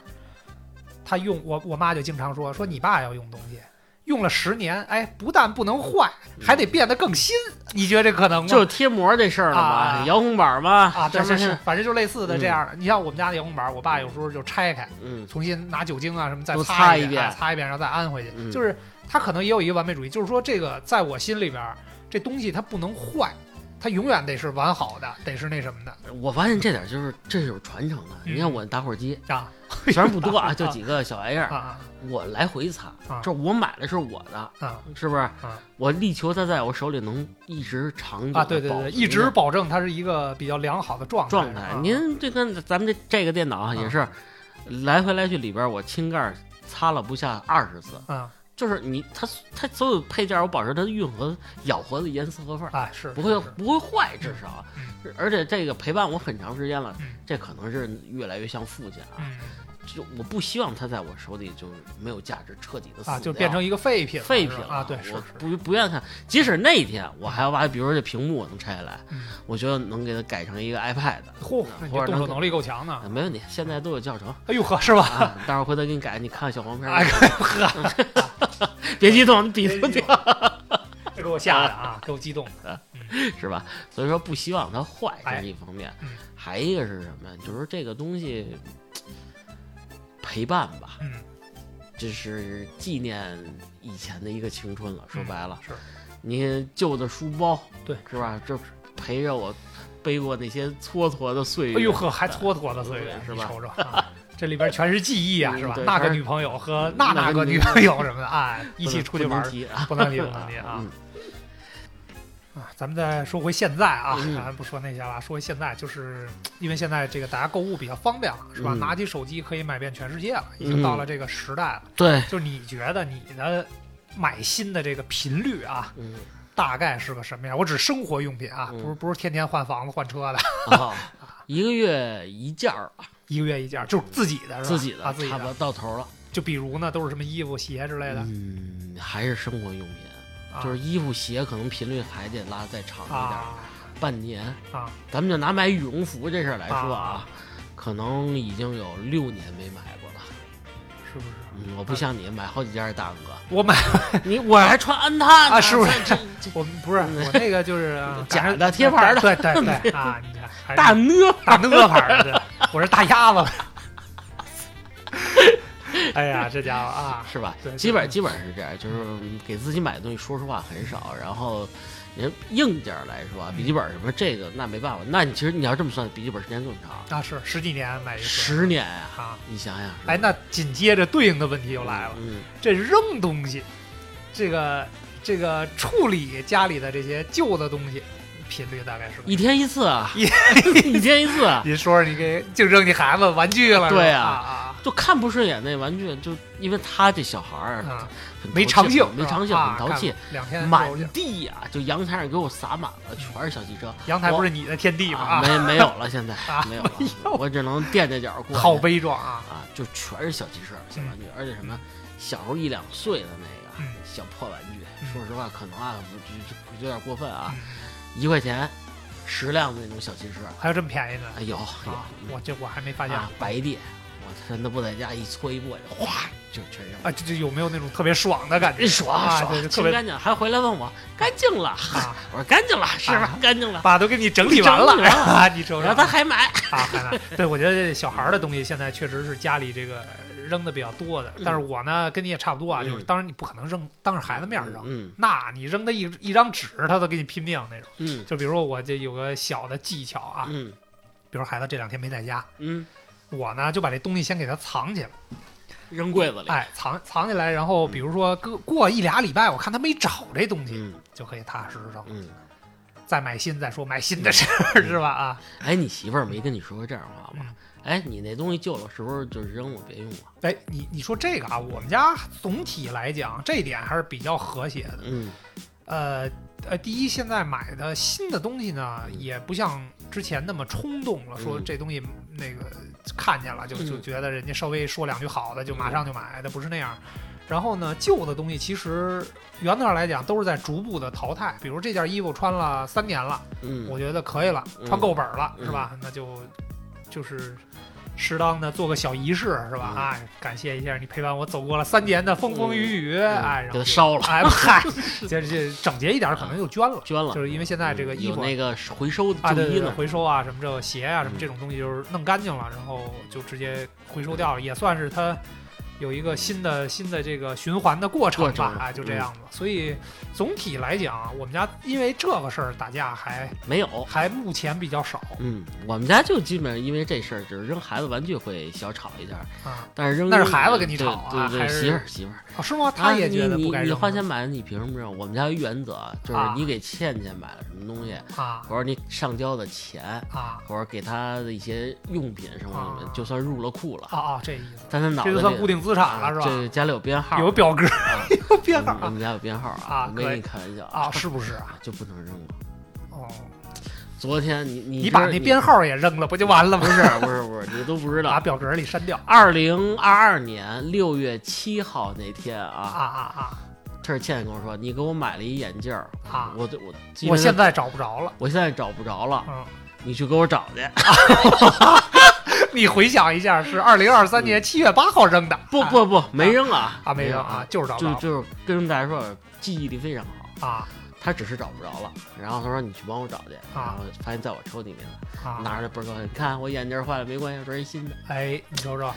Speaker 2: 他用我我妈就经常说说你爸要用东西，用了十年，哎，不但不能坏，还得变得更新。你觉得这可能
Speaker 1: 嗯
Speaker 2: 吗？
Speaker 1: 就是贴膜这事儿了
Speaker 2: 啊
Speaker 1: 嘛，遥控板嘛，
Speaker 2: 啊，对，
Speaker 1: 上
Speaker 2: 是
Speaker 1: 面
Speaker 2: 是，反正就类似的这样的。你像我们家的遥控板，我爸有时候就拆开，
Speaker 1: 嗯
Speaker 2: 重新拿酒精啊什么再
Speaker 1: 都
Speaker 2: 擦
Speaker 1: 擦一遍
Speaker 2: 啊擦一遍，然后再安回去。
Speaker 1: 嗯
Speaker 2: 就是他可能也有一个完美主义，就是说这个在我心里边儿，这东西它不能坏，它永远得是完好的，得是那什么的
Speaker 1: 我发现这点就是这是有传承的。
Speaker 2: 嗯
Speaker 1: 你看我打火 机，
Speaker 2: 啊
Speaker 1: 虽然不多啊，就几个小玩意儿，
Speaker 2: 啊
Speaker 1: 我来回擦
Speaker 2: 啊，
Speaker 1: 就是我买的是我的，
Speaker 2: 啊
Speaker 1: 是不是
Speaker 2: 啊？
Speaker 1: 我力求它在我手里能一直长久地
Speaker 2: 啊！对对
Speaker 1: 保
Speaker 2: 对，
Speaker 1: 存
Speaker 2: 一直
Speaker 1: 着
Speaker 2: 保证啊它是一个比较良好的状态
Speaker 1: 状
Speaker 2: 态
Speaker 1: 态。。您这跟咱们这这个电脑啊也是，来回来去里边，我清盖儿擦了不下二十次。
Speaker 2: 啊
Speaker 1: 就是你它它所有配件，我保持它的运和咬合的严丝合缝，
Speaker 2: 啊是
Speaker 1: 不会
Speaker 2: 是
Speaker 1: 不会坏，至少
Speaker 2: 嗯。
Speaker 1: 而且这个陪伴我很长时间了
Speaker 2: 嗯，
Speaker 1: 这可能是越来越像父亲啊。
Speaker 2: 嗯
Speaker 1: 就我不希望它在我手里就没有价值，彻底的
Speaker 2: 啊，就变成一个废品了
Speaker 1: 废
Speaker 2: 是
Speaker 1: 品
Speaker 2: 吧
Speaker 1: 了
Speaker 2: 啊！对是
Speaker 1: 我
Speaker 2: 是
Speaker 1: 不不愿意看。即使那一天我还要把，比如说这屏幕我能拆下来，
Speaker 2: 嗯
Speaker 1: 我觉得能给它改成一个 iPad，
Speaker 2: 嚯，那你
Speaker 1: 或者
Speaker 2: 这动手
Speaker 1: 能
Speaker 2: 能力够强呢
Speaker 1: 啊，！没问题，现在都有教程
Speaker 2: 哎呦呵，是吧？
Speaker 1: 啊。待会儿回头给你改，你看看小黄片
Speaker 2: 哎
Speaker 1: 儿，
Speaker 2: 呵，
Speaker 1: 别激动，你比不掉。
Speaker 2: 这给我吓的啊，给我激动的
Speaker 1: 是吧？所以说不希望它坏，
Speaker 2: 哎
Speaker 1: 这是一方面
Speaker 2: 嗯。
Speaker 1: 还一个是什么呀？就是说这个东西陪伴吧，
Speaker 2: 嗯，
Speaker 1: 这是纪念以前的一个青春了。说白了，
Speaker 2: 是
Speaker 1: 你旧的书包，
Speaker 2: 对，
Speaker 1: 是吧？这陪着我背过那些蹉跎的岁月。
Speaker 2: 哎呦呵，还蹉跎的岁月，
Speaker 1: 是
Speaker 2: 你
Speaker 1: 吧
Speaker 2: 瞅瞅、啊，这里边全是记忆啊，
Speaker 1: 嗯
Speaker 2: 是吧？
Speaker 1: 对
Speaker 2: 那个
Speaker 1: 全是嗯
Speaker 2: 女朋友和
Speaker 1: 那
Speaker 2: 那那个
Speaker 1: 个
Speaker 2: 女
Speaker 1: 女
Speaker 2: 朋友什么的，哎，
Speaker 1: 不
Speaker 2: 一
Speaker 1: 能
Speaker 2: 起出去玩
Speaker 1: 不能，
Speaker 2: 儿
Speaker 1: 提啊！
Speaker 2: 不能提，不能提啊
Speaker 1: 嗯！
Speaker 2: 啊，咱们再说回现在啊，
Speaker 1: 嗯
Speaker 2: 咱不说那些了，说回现在，就是因为现在这个大家购物比较方便了，是吧？
Speaker 1: 嗯
Speaker 2: 拿起手机可以买遍全世界了，已经到了这个时代了。
Speaker 1: 对，
Speaker 2: 就是你觉得你的买新的这个频率啊，
Speaker 1: 嗯，
Speaker 2: 大概是个什么样。我指生活用品啊，
Speaker 1: 嗯
Speaker 2: 不是不是天天换房子换车的，
Speaker 1: 啊，一个月一件儿，
Speaker 2: 一个月一件，就是自己的啊是吧？
Speaker 1: 自己的
Speaker 2: 啊，自己
Speaker 1: 差不多
Speaker 2: 的。
Speaker 1: 到头了。
Speaker 2: 就比如呢，都是什么衣服、鞋之类的，
Speaker 1: 嗯，还是生活用品，
Speaker 2: 啊
Speaker 1: 就是衣服、鞋，可能频率还得拉再长一点儿，
Speaker 2: 啊
Speaker 1: 半年。
Speaker 2: 啊
Speaker 1: 咱们就拿买羽绒服这事儿来说啊
Speaker 2: 啊，
Speaker 1: 可能已经有六年没买过了。
Speaker 2: 是不是？
Speaker 1: 嗯，我不像你买好几件儿，大 哥，
Speaker 2: 我买
Speaker 1: 你我还穿安踏呢，
Speaker 2: 啊是不是
Speaker 1: 这？这这
Speaker 2: 我不是我那 个就是啊
Speaker 1: 假的
Speaker 2: 反正
Speaker 1: 贴牌的
Speaker 2: 对对 对啊！你看，还是
Speaker 1: 大呢？
Speaker 2: 大鹅牌儿的，我是大鸭子。哎呀，这家伙啊，
Speaker 1: 是吧
Speaker 2: 对？对
Speaker 1: 基
Speaker 2: 对
Speaker 1: 本基本上是这样，就是给自己买的东西，说实话很少。然后，人硬件来说啊，笔记本什么这个那没办法。那你其实你要这么算，笔记本时间更长，
Speaker 2: 那啊是十几年买一次
Speaker 1: 十年啊！
Speaker 2: 啊。
Speaker 1: 你想想，
Speaker 2: 哎，那紧接着对应的问题又来了，
Speaker 1: 嗯，
Speaker 2: 这扔东西，这个这个处理家里的这些旧的东西，频率大概是个？
Speaker 1: 一天一次啊，
Speaker 2: 一
Speaker 1: 一天一次啊，
Speaker 2: 您说说，你给净扔你孩子玩具了？是吧
Speaker 1: 对
Speaker 2: 啊
Speaker 1: 啊
Speaker 2: 啊
Speaker 1: 就看不顺眼那玩具，就因为他这小孩儿
Speaker 2: 啊！
Speaker 1: 很淘气
Speaker 2: 没长性，
Speaker 1: 没长
Speaker 2: 是
Speaker 1: 性，
Speaker 2: 吧
Speaker 1: 很淘，气
Speaker 2: 啊，看两天
Speaker 1: 满
Speaker 2: 就有
Speaker 1: 地呀，就阳台上给我撒满了，全是小汽车。
Speaker 2: 阳台不是你的天地吗？
Speaker 1: 啊，
Speaker 2: 啊，
Speaker 1: 没没有了，现在
Speaker 2: 啊
Speaker 1: 没有了，我只能垫着脚过去。
Speaker 2: 好悲壮啊！
Speaker 1: 啊，就全是小汽车、小玩具，而且什么小时候一两岁的那个、
Speaker 2: 嗯
Speaker 1: 小破玩具，
Speaker 2: 嗯
Speaker 1: 说实话，可能啊，不就就有点过分啊，
Speaker 2: 嗯
Speaker 1: 一块钱十辆的那种小汽车，
Speaker 2: 还有这么便宜的
Speaker 1: 哎有
Speaker 2: 啊！
Speaker 1: 有
Speaker 2: 我这我还没发
Speaker 1: 嗯
Speaker 2: 现
Speaker 1: 啊，白地，我真的不在家一搓一簸，哗就全扔了，
Speaker 2: 啊，这这有没有那种特别爽的感觉？
Speaker 1: 真爽
Speaker 2: 啊，
Speaker 1: 爽
Speaker 2: 对，，特
Speaker 1: 清
Speaker 2: 别
Speaker 1: 干净，还回来问我干净了，
Speaker 2: 啊，
Speaker 1: 我说干净了，是吧
Speaker 2: 啊？
Speaker 1: 干净了，
Speaker 2: 爸都给你整理完了
Speaker 1: 整理完了
Speaker 2: 啊，你瞅瞅
Speaker 1: 然后他还买，
Speaker 2: 啊，海南，对我觉得这小孩儿的东西现在确实是家里这个扔的比较多的，但是我呢跟你也差不多啊，就是
Speaker 1: 嗯
Speaker 2: 当然你不可能扔当着孩子面儿扔，
Speaker 1: 嗯
Speaker 2: 那你扔他一一张纸，他都给你拼命那种。
Speaker 1: 嗯
Speaker 2: 就比如说我这有个小的技巧啊，
Speaker 1: 嗯
Speaker 2: 比如孩子这两天没在家，
Speaker 1: 嗯，
Speaker 2: 我呢就把这东西先给他藏起来，
Speaker 1: 扔柜子里，
Speaker 2: 哎，藏藏起来，然后比如说过过一俩礼拜，我看他没找这东西，
Speaker 1: 嗯
Speaker 2: 就可以踏踏实实扔。
Speaker 1: 嗯，
Speaker 2: 再买新再说买新的事儿，是吧？啊，
Speaker 1: 哎，你媳妇儿没跟你说过这样的话吗
Speaker 2: 嗯？
Speaker 1: 哎，你那东西旧了，是不是就扔了，别用了？
Speaker 2: 哎，你你说这个啊，我们家总体来讲这一点还是比较和谐的。
Speaker 1: 嗯
Speaker 2: 呃呃，第一，现在买的新的东西呢，
Speaker 1: 嗯
Speaker 2: 也不像之前那么冲动了，说
Speaker 1: 嗯
Speaker 2: 这东西那个看见了就就
Speaker 1: 嗯
Speaker 2: 觉得人家稍微说两句好的就马上就买的，不是那样。然后呢，旧的东西其实原则上来讲都是在逐步的淘汰，比如这件衣服穿了三年了。
Speaker 1: 嗯，
Speaker 2: 我觉得可以了，
Speaker 1: 嗯
Speaker 2: 穿够本儿了，
Speaker 1: 嗯
Speaker 2: 是吧？那就就是适当的做个小仪式，是吧？
Speaker 1: 嗯
Speaker 2: 哎，感谢一下你陪伴我走过了三年的风风雨雨，
Speaker 1: 嗯
Speaker 2: 哎，然
Speaker 1: 给
Speaker 2: 后
Speaker 1: 它烧了，
Speaker 2: 哎，嗨， 这这整洁一点，可能就捐了。
Speaker 1: 捐了。嗯
Speaker 2: 就是因为现在这个衣
Speaker 1: 有
Speaker 2: 服
Speaker 1: 那个回收
Speaker 2: 啊，
Speaker 1: 的
Speaker 2: 对
Speaker 1: 旧衣
Speaker 2: 对对，
Speaker 1: 呢，
Speaker 2: 回收啊，什么这个鞋啊，什么
Speaker 1: 嗯
Speaker 2: 这种东西就是弄干净了，然后就直接回收掉了，也算是它有一个新的新的这个循环的过程
Speaker 1: 过
Speaker 2: 吧
Speaker 1: 程，
Speaker 2: 哎，就这
Speaker 1: 嗯
Speaker 2: 样子。所以总体来讲，我们家因为这个事儿打架还
Speaker 1: 没有。
Speaker 2: 还目前比较少
Speaker 1: 嗯，我们家就基本上因为这事儿，就是扔孩子玩具会小吵一下，
Speaker 2: 啊。
Speaker 1: 但是扔
Speaker 2: 那是孩子跟你吵
Speaker 1: 对
Speaker 2: 啊
Speaker 1: 对
Speaker 2: 还
Speaker 1: 对，
Speaker 2: 是
Speaker 1: 媳妇儿媳妇儿，
Speaker 2: 哦，是吗？他
Speaker 1: 啊
Speaker 2: 也觉得
Speaker 1: 你
Speaker 2: 不该
Speaker 1: 你你
Speaker 2: 扔
Speaker 1: 花钱买的，你凭什么扔？我们家有原则，就是
Speaker 2: 啊
Speaker 1: 你给倩倩买了什么东西，
Speaker 2: 啊
Speaker 1: 或者你上交的钱，
Speaker 2: 啊
Speaker 1: 或者给她的一些用品什么
Speaker 2: 啊
Speaker 1: 的，就算入了库
Speaker 2: 啊
Speaker 1: 了，
Speaker 2: 啊！这意思，
Speaker 1: 但她脑子
Speaker 2: 这就
Speaker 1: 里
Speaker 2: 算固定资产了
Speaker 1: 啊
Speaker 2: 是
Speaker 1: 这嗯
Speaker 2: 吧？
Speaker 1: 家里有编号，
Speaker 2: 有表格， 有编号
Speaker 1: 我
Speaker 2: 啊
Speaker 1: 们家有编号
Speaker 2: 啊
Speaker 1: 我没
Speaker 2: 可
Speaker 1: 跟
Speaker 2: 以
Speaker 1: 你开玩笑
Speaker 2: 啊，，是不是啊？
Speaker 1: 就不能扔了。
Speaker 2: 哦，
Speaker 1: 昨天你你
Speaker 2: 你
Speaker 1: 你
Speaker 2: 把那编号啊也扔了，不就完了
Speaker 1: 不
Speaker 2: 吗？
Speaker 1: 是不是不是，你都不知
Speaker 2: 把
Speaker 1: 道。
Speaker 2: 表格里删掉
Speaker 1: 二零二二年六月七号那天
Speaker 2: 啊
Speaker 1: 啊，
Speaker 2: 啊啊！
Speaker 1: 这是倩倩跟我说，你给我买了一眼镜儿
Speaker 2: 啊
Speaker 1: 我就我
Speaker 2: 我现
Speaker 1: 在
Speaker 2: 在找不着了。
Speaker 1: 我现在找不着了，
Speaker 2: 嗯，
Speaker 1: 你去给我找去。
Speaker 2: 你回想一下，是二零二三年七月八号扔的，
Speaker 1: 嗯不
Speaker 2: 啊
Speaker 1: 不不，没扔啊
Speaker 2: 啊，没
Speaker 1: 扔
Speaker 2: 扔啊，，就是找不
Speaker 1: 就
Speaker 2: 着
Speaker 1: 就是跟大家说，记忆力非常好。
Speaker 2: 啊
Speaker 1: 他只是找不着了，然后他说你去帮我找去，然
Speaker 2: 啊
Speaker 1: 后发现在我抽屉里面了，
Speaker 2: 啊！
Speaker 1: 拿着倍儿高兴，你看我眼镜儿坏了没关系，我这儿一新的。
Speaker 2: 哎，你瞅瞅，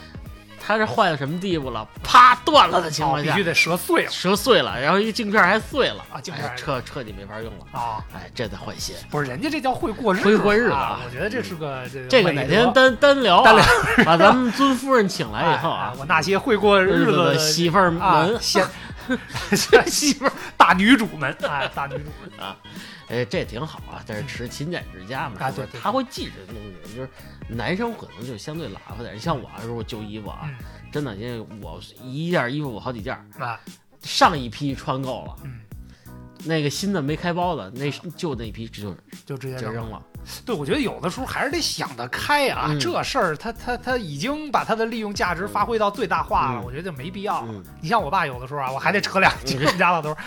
Speaker 1: 他这坏到什么地步了？啪断了的情
Speaker 2: 哦
Speaker 1: 况
Speaker 2: 必
Speaker 1: 下
Speaker 2: 须，得折碎了
Speaker 1: 折碎了，然后一镜片还碎了
Speaker 2: 啊镜片
Speaker 1: 哎彻彻底没法用了。
Speaker 2: 啊！
Speaker 1: 哎，这得换新。
Speaker 2: 不是，人家这叫会过日子，
Speaker 1: 会过日子
Speaker 2: 啊
Speaker 1: 啊！
Speaker 2: 我觉得这是个这
Speaker 1: 这个
Speaker 2: 美
Speaker 1: 哪
Speaker 2: 德
Speaker 1: 天单单聊啊
Speaker 2: 单聊，
Speaker 1: 把咱们尊夫人请来以后
Speaker 2: 哎
Speaker 1: 啊，
Speaker 2: 我那些会过
Speaker 1: 日
Speaker 2: 日子的
Speaker 1: 的媳妇儿
Speaker 2: 啊，
Speaker 1: 们，
Speaker 2: 先
Speaker 1: 媳妇儿，
Speaker 2: 大女主们，哎，大女主们
Speaker 1: 哎，这挺好啊。但是持勤俭持家嘛，
Speaker 2: 啊
Speaker 1: 是不是
Speaker 2: 对对
Speaker 1: 他会记这东西。就是男生可能就相对懒点，你像我啊，如果旧衣服
Speaker 2: 嗯
Speaker 1: 啊，真的，因为我一件衣服我好几件儿，
Speaker 2: 啊，
Speaker 1: 上一批穿够了，
Speaker 2: 嗯，
Speaker 1: 那个新的没开包的，那旧那一批就
Speaker 2: 啊就直接
Speaker 1: 就
Speaker 2: 扔
Speaker 1: 扔了。
Speaker 2: 对，我觉得有的时候还是得想得开啊，
Speaker 1: 嗯
Speaker 2: 这事儿它它它已经把它的利用价值发挥到最大化了，
Speaker 1: 嗯
Speaker 2: 我觉得就没必要了。
Speaker 1: 嗯，
Speaker 2: 你像我爸有的时候啊，我还得扯两句，我们家老头儿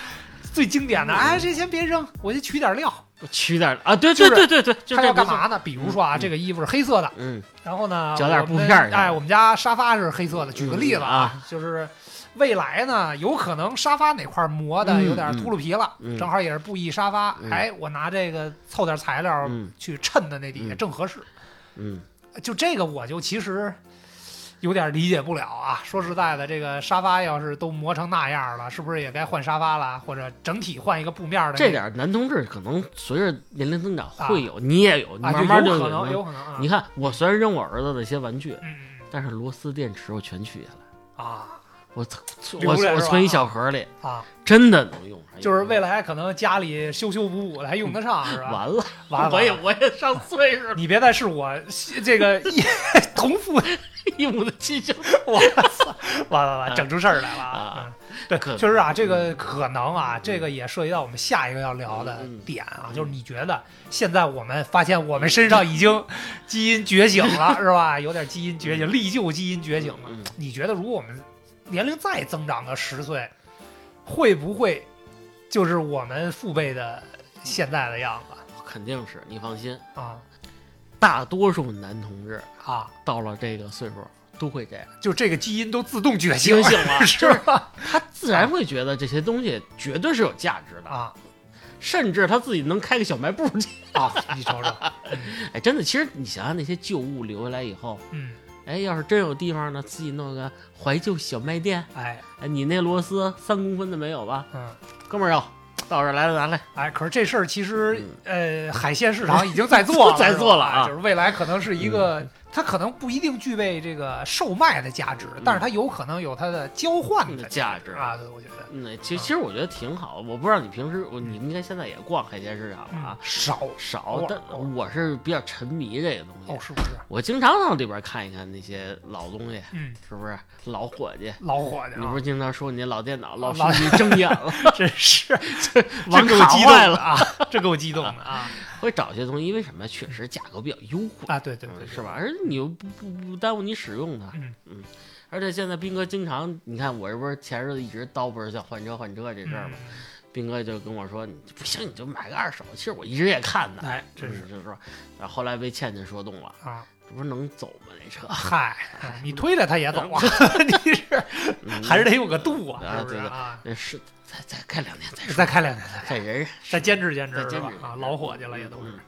Speaker 2: 最经典的，哎，这先别扔，我先取点料。
Speaker 1: 我取点儿啊，对
Speaker 2: 就
Speaker 1: 对
Speaker 2: 是
Speaker 1: 对对对，就
Speaker 2: 他
Speaker 1: 这
Speaker 2: 要干
Speaker 1: 不错？
Speaker 2: 嘛呢？比如说啊，
Speaker 1: 嗯
Speaker 2: 这个衣服是黑色的，
Speaker 1: 嗯
Speaker 2: 然后呢，
Speaker 1: 搅点
Speaker 2: 我
Speaker 1: 布
Speaker 2: 们
Speaker 1: 片儿去
Speaker 2: 哎，我们家沙发是黑色的。举个例子
Speaker 1: 啊，
Speaker 2: 就是未来呢，有可能沙发哪块磨的
Speaker 1: 嗯
Speaker 2: 有点秃噜皮了，
Speaker 1: 嗯
Speaker 2: 正好也是布艺沙发，
Speaker 1: 嗯
Speaker 2: 哎，我拿这个凑点材料
Speaker 1: 嗯
Speaker 2: 去衬的那底下
Speaker 1: 嗯
Speaker 2: 正合适。
Speaker 1: 嗯，
Speaker 2: 就这个我就其实有点理解不了啊。说实在的，这个沙发要是都磨成那样了，是不是也该换沙发了？或者整体换一个布面的那？
Speaker 1: 这点儿男同志可能随着年龄增长
Speaker 2: 啊
Speaker 1: 会有，你也有，你
Speaker 2: 啊，
Speaker 1: 慢慢
Speaker 2: 就
Speaker 1: 就嗯
Speaker 2: 有可能，有可能啊。
Speaker 1: 你看，我虽然扔我儿子的一些玩具，
Speaker 2: 嗯嗯
Speaker 1: 但是螺丝电池我全取下来，
Speaker 2: 嗯啊
Speaker 1: 我存
Speaker 2: 留
Speaker 1: 我
Speaker 2: 着
Speaker 1: 我
Speaker 2: 是吧
Speaker 1: 存一小盒里，
Speaker 2: 啊，
Speaker 1: 真的能用，
Speaker 2: 就是未来可能家里修修补补的还用得上，是吧？
Speaker 1: 完了，
Speaker 2: 完了，
Speaker 1: 我也我也上岁数了，
Speaker 2: 你别再是我这 个一 同父，
Speaker 1: 一母的亲兄，
Speaker 2: 我操， 完了完了，整出事儿来了啊
Speaker 1: 哎啊！
Speaker 2: 嗯对，
Speaker 1: 可嗯
Speaker 2: 确实啊，这个可能啊，这个也涉及到我们下一个要聊的
Speaker 1: 嗯嗯
Speaker 2: 点啊，就是你觉得现在我们发现我们身上已经基因觉醒 了，是吧？有点基因觉醒，历旧基因觉醒了
Speaker 1: 嗯嗯嗯。
Speaker 2: 你觉得如果我们年龄再增长个十岁，会不会就是我们父辈的现在的样子
Speaker 1: 肯定是你放心，
Speaker 2: 啊
Speaker 1: 大多数男同志
Speaker 2: 啊？
Speaker 1: 到了这个岁数都会这样，
Speaker 2: 就这个基因都自动觉醒
Speaker 1: 觉
Speaker 2: 了，
Speaker 1: 醒了，
Speaker 2: 是吧？
Speaker 1: 他自然会觉得这些东西绝对是有价值的，
Speaker 2: 啊
Speaker 1: 甚至他自己能开个小卖部去。
Speaker 2: 啊！你瞅瞅，
Speaker 1: 哎，真的，其实你想想那些旧物留下来以后，
Speaker 2: 嗯，
Speaker 1: 哎，要是真有地方呢，自己弄个怀旧小卖店。
Speaker 2: 哎，
Speaker 1: 哎，你那螺丝三公分的没有吧？
Speaker 2: 嗯。
Speaker 1: 哥们儿要到这儿来了，拿来。
Speaker 2: 哎，可是这事儿其实，呃，海鲜市场已经在做
Speaker 1: 嗯
Speaker 2: 了，
Speaker 1: 在做了
Speaker 2: 是吧
Speaker 1: 啊嗯
Speaker 2: 就是未来可能是一个，它可能不一定具备这个售卖的价值，但是它有可能有它的交换
Speaker 1: 嗯
Speaker 2: 的
Speaker 1: 价值
Speaker 2: 啊，对，我觉得，
Speaker 1: 嗯，其实其实我觉得挺好。我不知道你平时，我你应该现在也逛海鲜市场了
Speaker 2: 嗯
Speaker 1: 啊，，
Speaker 2: 少偶
Speaker 1: 少
Speaker 2: 尔，
Speaker 1: 但
Speaker 2: 偶尔
Speaker 1: 我是比较沉迷这个东
Speaker 2: 哦，
Speaker 1: 西。
Speaker 2: 是不是？
Speaker 1: 我经常上里边看一看那些老东西，
Speaker 2: 嗯，
Speaker 1: 是不是老伙计？
Speaker 2: 老伙计
Speaker 1: 你不
Speaker 2: 啊
Speaker 1: 是，经常说你那老电脑、老
Speaker 2: 老
Speaker 1: 手机睁眼了，
Speaker 2: 真是，这
Speaker 1: 网
Speaker 2: 给我
Speaker 1: 卡
Speaker 2: 激动
Speaker 1: 坏
Speaker 2: 的
Speaker 1: 了，
Speaker 2: 啊，这给我激动的啊
Speaker 1: 会找些东西，因为什么？确实价格比较优惠，
Speaker 2: 啊，对对
Speaker 1: 嗯
Speaker 2: 对，
Speaker 1: 是吧？而且你又不不不耽误你使用它，
Speaker 2: 嗯
Speaker 1: 嗯。而且现在斌哥经常，你看我这不是前日子一直叨不是叫换车换车这
Speaker 2: 对？
Speaker 1: 事儿
Speaker 2: 嗯
Speaker 1: 吗？斌哥就跟我说：“你不行，你就买个二手。”其实我一直也看的，
Speaker 2: 哎，真是
Speaker 1: 是就是说，然后后来被倩倩说动了，
Speaker 2: 啊，
Speaker 1: 这不是能走吗？这 车
Speaker 2: 嗨，你推着他也走 啊，你是还是得有个度啊，
Speaker 1: 嗯啊
Speaker 2: 是不是
Speaker 1: 对对
Speaker 2: 啊？
Speaker 1: 那是再再开两天再说，
Speaker 2: 再开两天，再
Speaker 1: 再忍忍，
Speaker 2: 再坚持坚持
Speaker 1: 再
Speaker 2: 是
Speaker 1: 坚
Speaker 2: 吧
Speaker 1: 持？
Speaker 2: 啊，老伙计了也都是
Speaker 1: 嗯，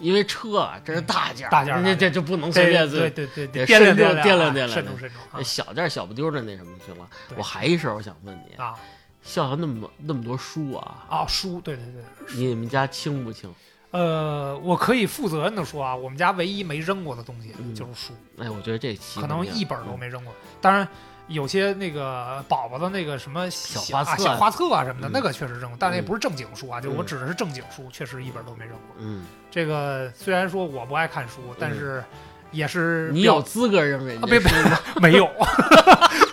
Speaker 1: 因为车啊，这是大件儿，
Speaker 2: 嗯大件儿
Speaker 1: 那
Speaker 2: 大件
Speaker 1: 这
Speaker 2: 儿
Speaker 1: 这不能随
Speaker 2: 对
Speaker 1: 便
Speaker 2: 对
Speaker 1: 随
Speaker 2: 对对
Speaker 1: 得
Speaker 2: 掂量
Speaker 1: 慎重掂
Speaker 2: 量，
Speaker 1: 量
Speaker 2: 啊
Speaker 1: 掂量
Speaker 2: 慎重慎重
Speaker 1: 那小件儿小不丢儿的那什么去了
Speaker 2: 对。
Speaker 1: 我还一事儿，我想问你，
Speaker 2: 啊
Speaker 1: 校园那么那么多书啊，
Speaker 2: 啊啊！书，对对对，
Speaker 1: 你们家清不清？
Speaker 2: 呃，我可以负责任的说啊，我们家唯一没扔过的东西就是书，
Speaker 1: 哎，我觉得这期
Speaker 2: 可能一
Speaker 1: 嗯
Speaker 2: 本都没扔过。当然。有些那个宝宝的那个什么小
Speaker 1: 小画册
Speaker 2: 啊、小画册啊什么的，
Speaker 1: 嗯
Speaker 2: 那个确实扔过，但是也不是正经书啊，就我
Speaker 1: 嗯
Speaker 2: 指的是正经书，确实一本都没扔过。
Speaker 1: 嗯，
Speaker 2: 这个虽然说我不爱看书，但是也是
Speaker 1: 你
Speaker 2: 表
Speaker 1: 有资格认为
Speaker 2: 啊，别
Speaker 1: 你
Speaker 2: 别， 没有，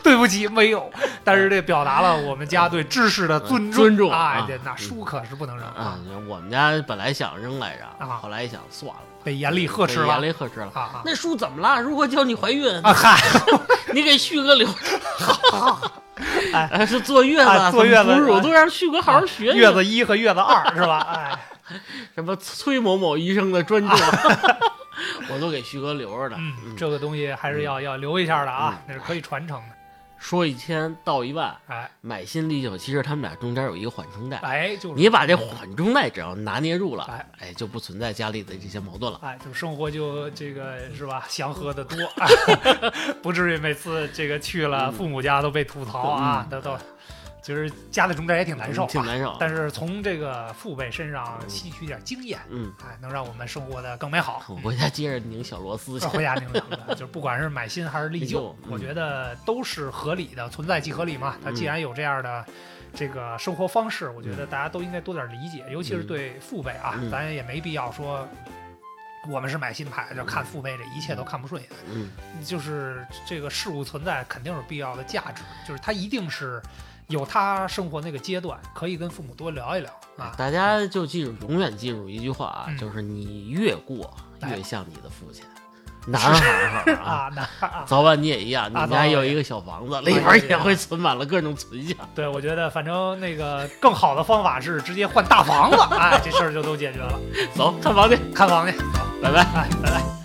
Speaker 2: 对不起，没有。但是这表达了我们家对知识的尊
Speaker 1: 嗯尊重
Speaker 2: 哎
Speaker 1: 啊，
Speaker 2: 对，那书可是不能扔
Speaker 1: 啊
Speaker 2: 啊，，
Speaker 1: 我们家本来想扔来着，
Speaker 2: 啊
Speaker 1: 后来一想算了，
Speaker 2: 被严厉呵斥
Speaker 1: 被严
Speaker 2: 了
Speaker 1: 厉呵斥了。
Speaker 2: 啊
Speaker 1: 那书怎么了？如果叫你怀孕，
Speaker 2: 啊啊！嗨，
Speaker 1: 你给旭哥留着。
Speaker 2: 哎
Speaker 1: 哎，是坐月子
Speaker 2: 哎
Speaker 1: 啊，
Speaker 2: 坐月子
Speaker 1: 怎么哺乳
Speaker 2: 哎
Speaker 1: 都让旭哥好好学
Speaker 2: 月
Speaker 1: 学
Speaker 2: 子一和月子二是吧？ 哎，
Speaker 1: 什么崔某某医生的专著， 我都给旭哥留着呢。
Speaker 2: 啊嗯，这个东西还是要
Speaker 1: 嗯
Speaker 2: 要留一下的啊，那是可以传承的。
Speaker 1: 说一千道一万，
Speaker 2: 哎
Speaker 1: 买新历旧，其实他们俩中间有一个缓冲带，
Speaker 2: 哎，就是
Speaker 1: 你把这缓冲带只要拿捏住了
Speaker 2: 哎，
Speaker 1: 哎，就不存在家里的这些矛盾了。
Speaker 2: 哎，就生活就这个是吧，祥和的多， 哎不至于每次这个去
Speaker 1: 嗯
Speaker 2: 了父母家都被吐槽啊，都都，其实家里中间也挺难受啊，
Speaker 1: 嗯挺难受。
Speaker 2: 但是从这个父辈身上吸取点经验，
Speaker 1: 嗯，
Speaker 2: 哎，能让我们生活的更美好。
Speaker 1: 我回家接着拧小螺 丝去
Speaker 2: 呃。回家领两个，就是不管是买新还是历
Speaker 1: 历
Speaker 2: 旧
Speaker 1: 旧，
Speaker 2: 我
Speaker 1: 嗯
Speaker 2: 觉得都是合理的，存在即合理嘛。它
Speaker 1: 嗯
Speaker 2: 既然有这样的这个生活方式，我觉得大家都应该多点理解，尤其是对父辈啊，
Speaker 1: 嗯
Speaker 2: 咱也没必要说我们是买新牌，就看父辈这一切都看不顺眼。
Speaker 1: 嗯
Speaker 2: 就是这个事物存在肯定有必要的价值，就是它一定是有他生活那个阶段，可以跟父母多聊一聊啊。
Speaker 1: 大家就记住，永远记住一句话啊
Speaker 2: 嗯，
Speaker 1: 就是你越过
Speaker 2: 哎
Speaker 1: 越像你的父亲。男孩儿啊，
Speaker 2: 啊，那 啊，
Speaker 1: 早晚你也一样，你
Speaker 2: 啊
Speaker 1: 们
Speaker 2: 早
Speaker 1: 家
Speaker 2: 晚
Speaker 1: 有
Speaker 2: 也
Speaker 1: 一个小房子，
Speaker 2: 对
Speaker 1: 里边
Speaker 2: 对
Speaker 1: 也会存满了各种存项。
Speaker 2: 对，我觉得反正那个更好的方法是直接换大房子，哎，这事儿就都解决了。
Speaker 1: 走，看房去，
Speaker 2: 看房去，
Speaker 1: 拜拜。
Speaker 2: 哎，拜拜。